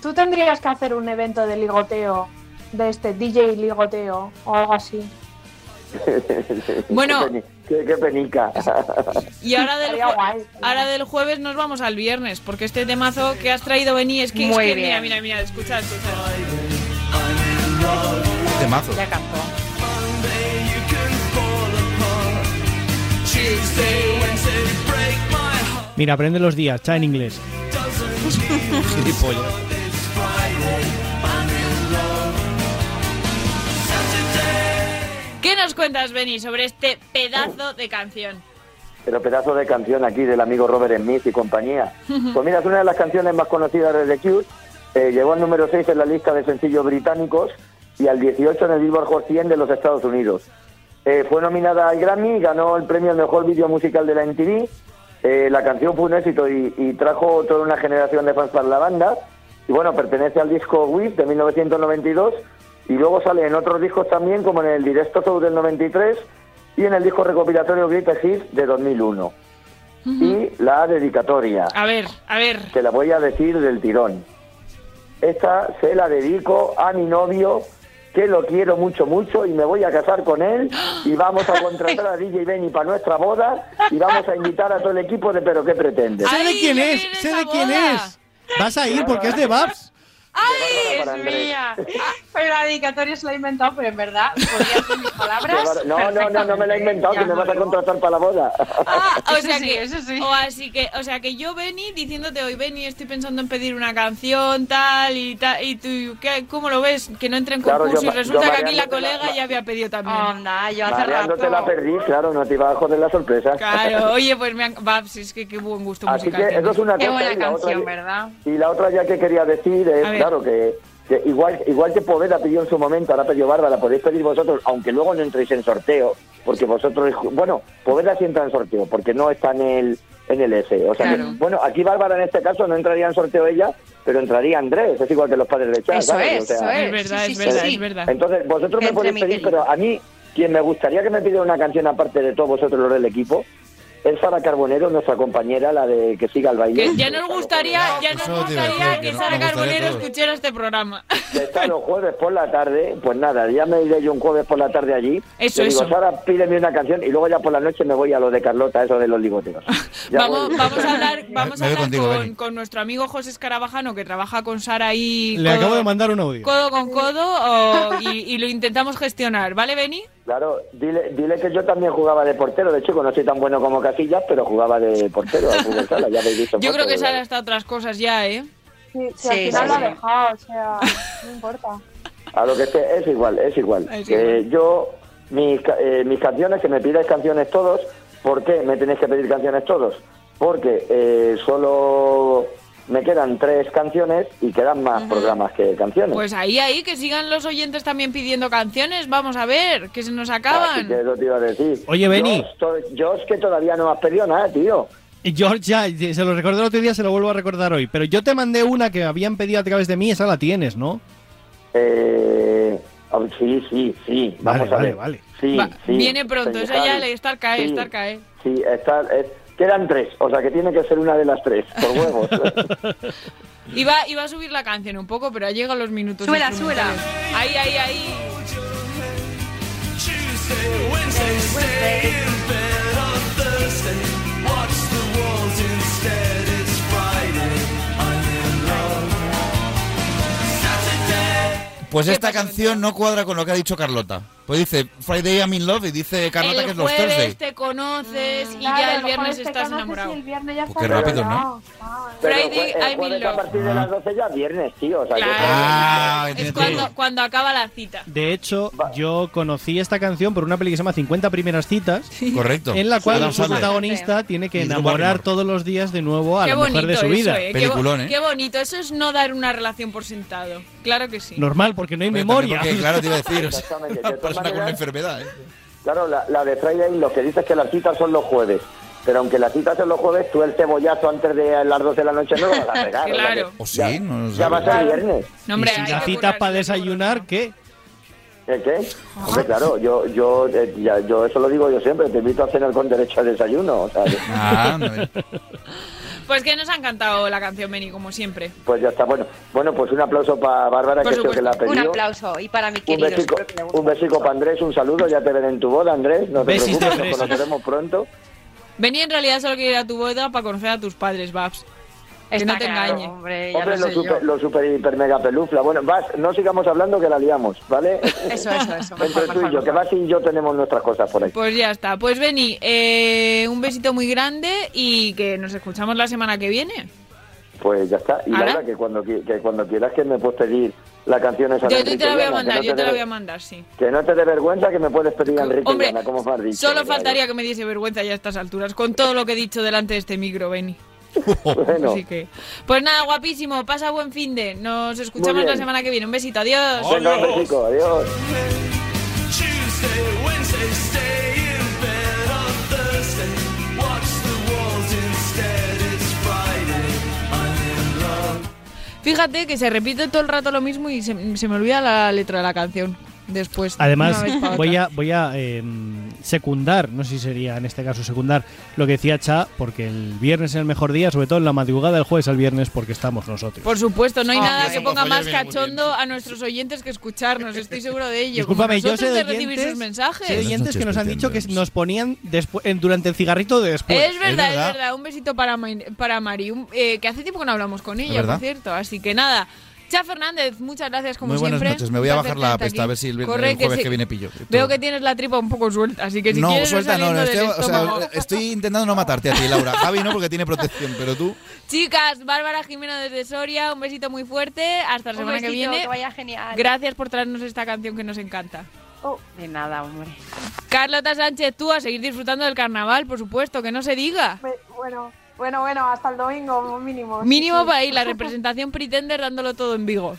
Speaker 11: Tú tendrías que hacer un evento de ligoteo, de este DJ ligoteo o algo así.
Speaker 15: Bueno.
Speaker 21: Qué peni- Qué, qué penica.
Speaker 15: Y ahora del,
Speaker 11: Estaría
Speaker 15: jue-
Speaker 11: guay.
Speaker 15: ahora del jueves nos vamos al viernes, porque este temazo que has traído, Benny, es que, es
Speaker 11: Muy
Speaker 15: que-
Speaker 11: bien.
Speaker 15: mira, mira, mira, escucha, escucha.
Speaker 1: Temazo.
Speaker 15: Ya cantó.
Speaker 12: Mira, aprende los días, cha en inglés.
Speaker 1: Gilipollas.
Speaker 15: ¿Qué nos cuentas, Benny, sobre este pedazo de canción?
Speaker 21: Pero pedazo de canción aquí del amigo Robert Smith y compañía. Pues mira, es una de las canciones más conocidas de The Cure. Eh, llegó al número 6 en la lista de sencillos británicos y al 18 en el Billboard Hot 100 de los Estados Unidos. Eh, fue nominada al Grammy, ganó el premio al mejor vídeo musical de la MTV. Eh, la canción fue un éxito y, y trajo toda una generación de fans para la banda. Y bueno, pertenece al disco Wish de 1992 y luego sale en otros discos también, como en el Directo Show del 93 y en el disco recopilatorio Greatest Hits de 2001. Y la dedicatoria.
Speaker 15: A ver, a ver.
Speaker 21: Te la voy a decir del tirón. Esta se la dedico a mi novio, que lo quiero mucho, mucho, y me voy a casar con él, y vamos a contratar a DJ Benny para nuestra boda, y vamos a invitar a todo el equipo de Pero ¿qué pretendes?
Speaker 12: Sé de quién es, sé de quién es. Vas a ir porque es de Babs.
Speaker 11: ¡Ay,
Speaker 21: Para Andrés. mía!
Speaker 11: Pero la dedicatoria se la he inventado, pero en verdad, podría ser mis palabras.
Speaker 21: No, no, no, no me la he inventado, que me vas a contratar para la boda.
Speaker 15: O sea Ah, que, O así que, o sea que yo Benny diciéndote hoy Benny estoy pensando en pedir una canción tal y tal y tú ¿qué- cómo lo ves que no entra en
Speaker 21: Claro,
Speaker 15: concurso
Speaker 21: yo
Speaker 15: y
Speaker 21: ma-
Speaker 15: resulta
Speaker 21: yo
Speaker 15: que aquí la
Speaker 21: mareándote la-
Speaker 15: colega ya había pedido también. yo
Speaker 21: Mareando te la perdí, claro, no te iba a joder la sorpresa.
Speaker 15: Claro, oye pues me han- va, si es que qué buen gusto
Speaker 21: Así
Speaker 15: musical.
Speaker 21: que eso es una
Speaker 15: tienes.
Speaker 21: Qué cosa buena y la otra- canción,
Speaker 15: ¿verdad?
Speaker 21: Y la otra ya que quería decir es,
Speaker 15: A ver.
Speaker 21: claro, que, que igual, igual que Poveda pidió en su momento, ahora pidió Bárbara, podéis pedir vosotros, aunque luego no entréis en sorteo, porque vosotros, bueno, Poveda sí entra en sorteo, porque no está en el, en el S. O sea, que- bueno, aquí Bárbara en este caso no entraría en sorteo ella, pero entraría Andrés, es igual que los padres de Chá,
Speaker 15: Eso
Speaker 21: ¿sabes?
Speaker 15: es,
Speaker 21: O sea,
Speaker 15: eso es. Es verdad, Eh, Sí, es sí, verdad, sí, es sí. verdad.
Speaker 21: Entonces, vosotros me
Speaker 15: Entre
Speaker 21: podéis
Speaker 15: mi
Speaker 21: pedir,
Speaker 15: querido.
Speaker 21: pero a mí, quien me gustaría que me pidiera una canción aparte de todos vosotros los del equipo, es Sara Carbonero, nuestra compañera, la de que siga el baile.
Speaker 15: Que ya nos gustaría, ya nos
Speaker 21: Eso te iba a decir,
Speaker 15: gustaría
Speaker 21: que
Speaker 15: que
Speaker 21: nos
Speaker 15: Sara
Speaker 21: gustaría
Speaker 15: Carbonero
Speaker 21: todo.
Speaker 15: escuchara este programa.
Speaker 21: que está los jueves por la tarde, pues nada, ya me iré yo un jueves por la tarde allí.
Speaker 15: Eso,
Speaker 21: Le digo,
Speaker 15: eso.
Speaker 21: Sara, pídeme una canción y luego ya por la noche me voy a lo de Carlota, eso de los ligoteos. Ya
Speaker 15: Vamos,
Speaker 21: voy.
Speaker 15: vamos a hablar, vamos a
Speaker 21: me voy
Speaker 15: hablar
Speaker 21: contigo, Beni.
Speaker 15: con, con nuestro amigo José Escarabajano que trabaja con Sara y
Speaker 12: Le acabo de mandar un audio.
Speaker 15: codo con codo o- y, y lo intentamos gestionar, ¿vale, Beni?
Speaker 21: Claro, dile, dile que yo también jugaba de portero, de chico no soy tan bueno como Casillas, pero jugaba de portero al fútbol sala, ya habéis visto.
Speaker 15: Yo creo que
Speaker 21: fotos,
Speaker 15: Sara está a otras cosas ya, ¿eh?
Speaker 11: Sí,
Speaker 21: al final lo ha
Speaker 11: dejado, o sea, no importa.
Speaker 21: A lo que esté, es igual, es igual.
Speaker 11: Es
Speaker 21: Que yo, mis, ca- eh, mis canciones, que me pidáis canciones todos, ¿por qué me tenéis que pedir canciones todos? Porque eh, solo
Speaker 5: me quedan tres canciones y quedan más programas que canciones.
Speaker 15: Pues ahí, ahí, que sigan los oyentes también pidiendo canciones. Vamos a ver, que se
Speaker 21: Ah,
Speaker 15: nos
Speaker 5: Así
Speaker 15: acaban.
Speaker 5: que eso te iba a decir.
Speaker 12: Oye, Beni.
Speaker 5: Yo estoy- yo es que todavía no has perdido nada, tío.
Speaker 12: Y George, ya, se lo recordé el otro día, se lo vuelvo a recordar hoy. Pero yo te mandé una que habían pedido a través de mí, esa la tienes, ¿no?
Speaker 5: Eh, ah, sí, sí, sí.
Speaker 12: Vale,
Speaker 5: Vamos a
Speaker 12: vale,
Speaker 5: ver.
Speaker 12: vale.
Speaker 5: Sí,
Speaker 15: Va,
Speaker 5: sí,
Speaker 15: viene pronto,
Speaker 5: señor
Speaker 15: esa ya
Speaker 5: Javi.
Speaker 15: le estar cae,
Speaker 5: Sí.
Speaker 15: estar cae.
Speaker 5: Sí, está, es- quedan tres, o sea que tiene que ser una de las tres, por huevos.
Speaker 15: Iba, iba a subir la canción un poco, pero ha llegado los minutos.
Speaker 21: Súbela,
Speaker 15: instrumentales. Ahí, ahí, ahí.
Speaker 1: Pues esta canción no cuadra con lo que ha dicho Carlota. Pues dice Friday I'm in love y dice Carlota que
Speaker 15: el
Speaker 1: es los Thursday.
Speaker 15: jueves te conoces y
Speaker 22: Mm, Claro,
Speaker 15: ya el
Speaker 22: lo
Speaker 15: viernes
Speaker 22: pones, te
Speaker 15: estás
Speaker 22: conoces
Speaker 15: enamorado.
Speaker 22: y el viernes ya
Speaker 1: Pues qué
Speaker 22: estás
Speaker 1: rápido, ¿no?
Speaker 22: enamorado.
Speaker 15: Friday,
Speaker 5: el
Speaker 15: I'm
Speaker 5: jueves
Speaker 15: in
Speaker 5: a
Speaker 15: love.
Speaker 5: partir
Speaker 12: ah.
Speaker 5: de las 12 ya viernes, tío. O sea, que-
Speaker 1: Ah,
Speaker 15: Es cuando, cuando acaba la cita.
Speaker 12: De hecho, yo conocí esta canción por una peli que se llama 50 primeras citas.
Speaker 1: Correcto.
Speaker 12: En la cual
Speaker 1: Adam
Speaker 12: su
Speaker 1: Sandler.
Speaker 12: protagonista tiene que
Speaker 1: Y Drew
Speaker 12: enamorar
Speaker 1: Barrymore.
Speaker 12: todos los días de nuevo a la mujer de su vida.
Speaker 15: eso, eh. Qué bo- Qué bonito, eso es no dar una relación por sentado. Claro que sí.
Speaker 12: Normal, porque no hay
Speaker 1: Hombre,
Speaker 12: memoria.
Speaker 1: también porque, claro, te iba a decir, o sea,
Speaker 5: Exactamente,
Speaker 1: una
Speaker 5: de
Speaker 1: persona
Speaker 5: todas
Speaker 1: con una
Speaker 5: maneras-
Speaker 1: enfermedad. ¿eh?
Speaker 5: Claro, la, la de Friday lo que dices es que las citas son los jueves. Pero aunque las citas son los jueves, tú el cebollazo antes de las 12 de la noche no lo vas a pegar. o sea que
Speaker 1: O eh, sí, no lo
Speaker 5: Ya va a ser viernes.
Speaker 12: y si la cita para desayunar, ¿qué?
Speaker 5: ¿Qué? qué? Hombre, claro, yo, yo, eh, ya- yo eso lo digo yo siempre, te invito a cenar con derecho al desayuno. o sea que-
Speaker 1: ah, eh.
Speaker 15: Pues que nos ha encantado la canción, Beni, como siempre.
Speaker 5: Pues ya está, bueno. Bueno, pues un aplauso para Bárbara, que creo que la
Speaker 11: Un
Speaker 5: pidió.
Speaker 11: aplauso. Y para mi
Speaker 5: Un
Speaker 11: querido.
Speaker 5: besico,
Speaker 11: seguro que le gusta.
Speaker 5: un besico para Andrés, un saludo, ya te veré en tu boda, Andrés, no te
Speaker 12: Besis de
Speaker 5: preocupes, nos
Speaker 12: fresa.
Speaker 5: conoceremos pronto.
Speaker 15: Beni en realidad solo quiere ir a tu boda para conocer a tus padres, Babs. Que no te
Speaker 11: claro,
Speaker 15: engañe.
Speaker 11: hombre,
Speaker 5: Hombre, lo, super, lo super, hiper, mega pelufla. Bueno, vas, no sigamos hablando que la liamos, ¿vale?
Speaker 15: Eso, eso, eso.
Speaker 5: Entre tú y yo, que vas y yo tenemos nuestras cosas por ahí.
Speaker 15: Pues ya está. Pues Beni, eh, un besito muy grande y que nos escuchamos la semana que viene.
Speaker 5: Pues ya está. Y
Speaker 15: ¿Ahora?
Speaker 5: Laura, que cuando, qui- que cuando quieras que me puedes pedir la canción esa
Speaker 15: Yo,
Speaker 5: de
Speaker 15: yo
Speaker 5: Enrique
Speaker 15: te la voy a
Speaker 5: Llana,
Speaker 15: mandar,
Speaker 5: que
Speaker 15: yo
Speaker 5: no
Speaker 15: te la
Speaker 5: dé-
Speaker 15: voy a mandar, sí.
Speaker 5: Que no te dé vergüenza que me puedes pedir a Enrique
Speaker 15: Hombre,
Speaker 5: Llana, como me has dicho.
Speaker 15: Solo
Speaker 5: Laura.
Speaker 15: faltaría que me diese vergüenza ya a estas alturas, con todo lo que he dicho delante de este micro, Beni.
Speaker 5: Bueno,
Speaker 15: Así que, pues nada, guapísimo, pasa buen fin de. Nos escuchamos
Speaker 5: Muy bien.
Speaker 15: la semana que viene. Un besito, adiós.
Speaker 5: venga, un besico, adiós.
Speaker 21: Tuesday, Wednesday, stay in bed on Thursday. Watch the walls instead. It's Friday. I'm in love.
Speaker 15: Fíjate que se repite todo el rato lo mismo y se, se me olvida la letra de la canción después.
Speaker 12: Además,
Speaker 15: una vez pa'
Speaker 12: voy
Speaker 15: otra.
Speaker 12: a, voy a eh, secundar, no sé si sería en este caso secundar, lo que decía Cha, porque el viernes es el mejor día, sobre todo en la madrugada del jueves al viernes, porque estamos nosotros.
Speaker 15: Por supuesto, no hay
Speaker 12: Ah,
Speaker 15: nada
Speaker 12: bien.
Speaker 15: que ponga
Speaker 12: Oye,
Speaker 15: más
Speaker 12: viene muy
Speaker 15: cachondo a nuestros oyentes que escucharnos, estoy seguro de ello.
Speaker 12: Discúlpame,
Speaker 15: Como
Speaker 12: yo sé
Speaker 15: nosotros
Speaker 12: de
Speaker 15: de recibir sus
Speaker 12: oyentes,
Speaker 15: mensajes.
Speaker 12: sé de oyentes que nos han dicho que nos ponían despu- en- durante el cigarrito de después.
Speaker 15: es verdad, es verdad, Un besito para, Ma- para Mari, un- eh, que hace tiempo que no hablamos con ella, por
Speaker 1: verdad.
Speaker 15: cierto. Así que nada. Cha Fernández, muchas gracias como
Speaker 1: Muy buenas
Speaker 15: siempre.
Speaker 1: noches, me voy a
Speaker 15: Un
Speaker 1: bajar
Speaker 15: placer
Speaker 1: la
Speaker 15: tenerte
Speaker 1: pesta,
Speaker 15: aquí.
Speaker 1: a ver si el, el
Speaker 15: Corre,
Speaker 1: jueves
Speaker 15: sí.
Speaker 1: que viene pillo.
Speaker 15: Veo que tienes la tripa un poco suelta, así que si
Speaker 1: no,
Speaker 15: quieres
Speaker 1: suelta, no,
Speaker 15: no,
Speaker 1: estoy,
Speaker 15: del
Speaker 1: o sea,
Speaker 15: estómago.
Speaker 1: estoy intentando no matarte a ti, Laura. Javi no, porque tiene protección, pero tú.
Speaker 15: Chicas, Bárbara Jimeno desde Soria, un besito muy fuerte, hasta la
Speaker 11: Un
Speaker 15: semana que
Speaker 11: besito,
Speaker 15: viene.
Speaker 11: que vaya genial. Oh,
Speaker 15: Gracias por traernos esta canción que nos encanta.
Speaker 11: De nada, hombre.
Speaker 15: Carlota Sánchez, tú a seguir disfrutando del carnaval, por supuesto, que no se diga.
Speaker 22: Ve- Bueno, bueno, bueno, hasta el domingo mínimo. sí,
Speaker 15: Mínimo
Speaker 22: sí.
Speaker 15: para ir la representación Pretender dándolo todo en Vigo.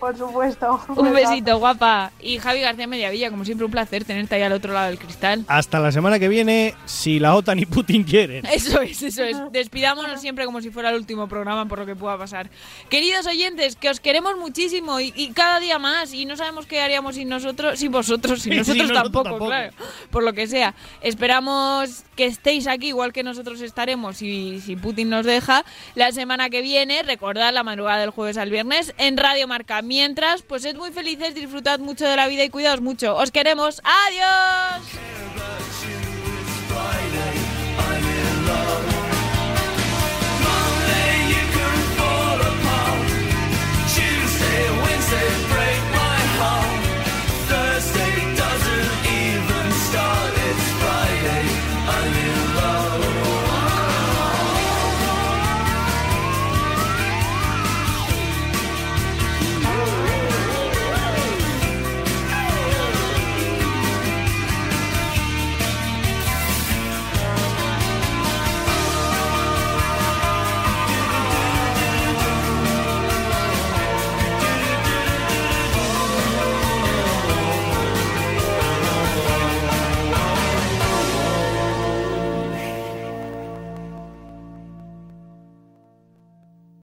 Speaker 22: Por supuesto.
Speaker 15: Un besito, guapa. Y Javi García Mediavilla, como siempre, un placer tenerte ahí al otro lado del cristal.
Speaker 12: Hasta la semana que viene, si la OTAN y Putin quieren.
Speaker 15: Eso es, eso es. Despidámonos siempre como si fuera el último programa por lo que pueda pasar. Queridos oyentes, que os queremos muchísimo y, y cada día más y no sabemos qué haríamos sin nosotros, sin vosotros, sin
Speaker 12: Y sin
Speaker 15: nosotros,
Speaker 12: nosotros
Speaker 15: tampoco,
Speaker 12: tampoco.
Speaker 15: claro. Por lo que sea. Esperamos que estéis aquí igual que nosotros estaremos y si Putin nos deja la semana que viene, recordad la madrugada del jueves al viernes en Radio Marca. Mientras, pues sed muy felices, disfrutad mucho de la vida y cuidaos mucho. Os queremos. Adiós.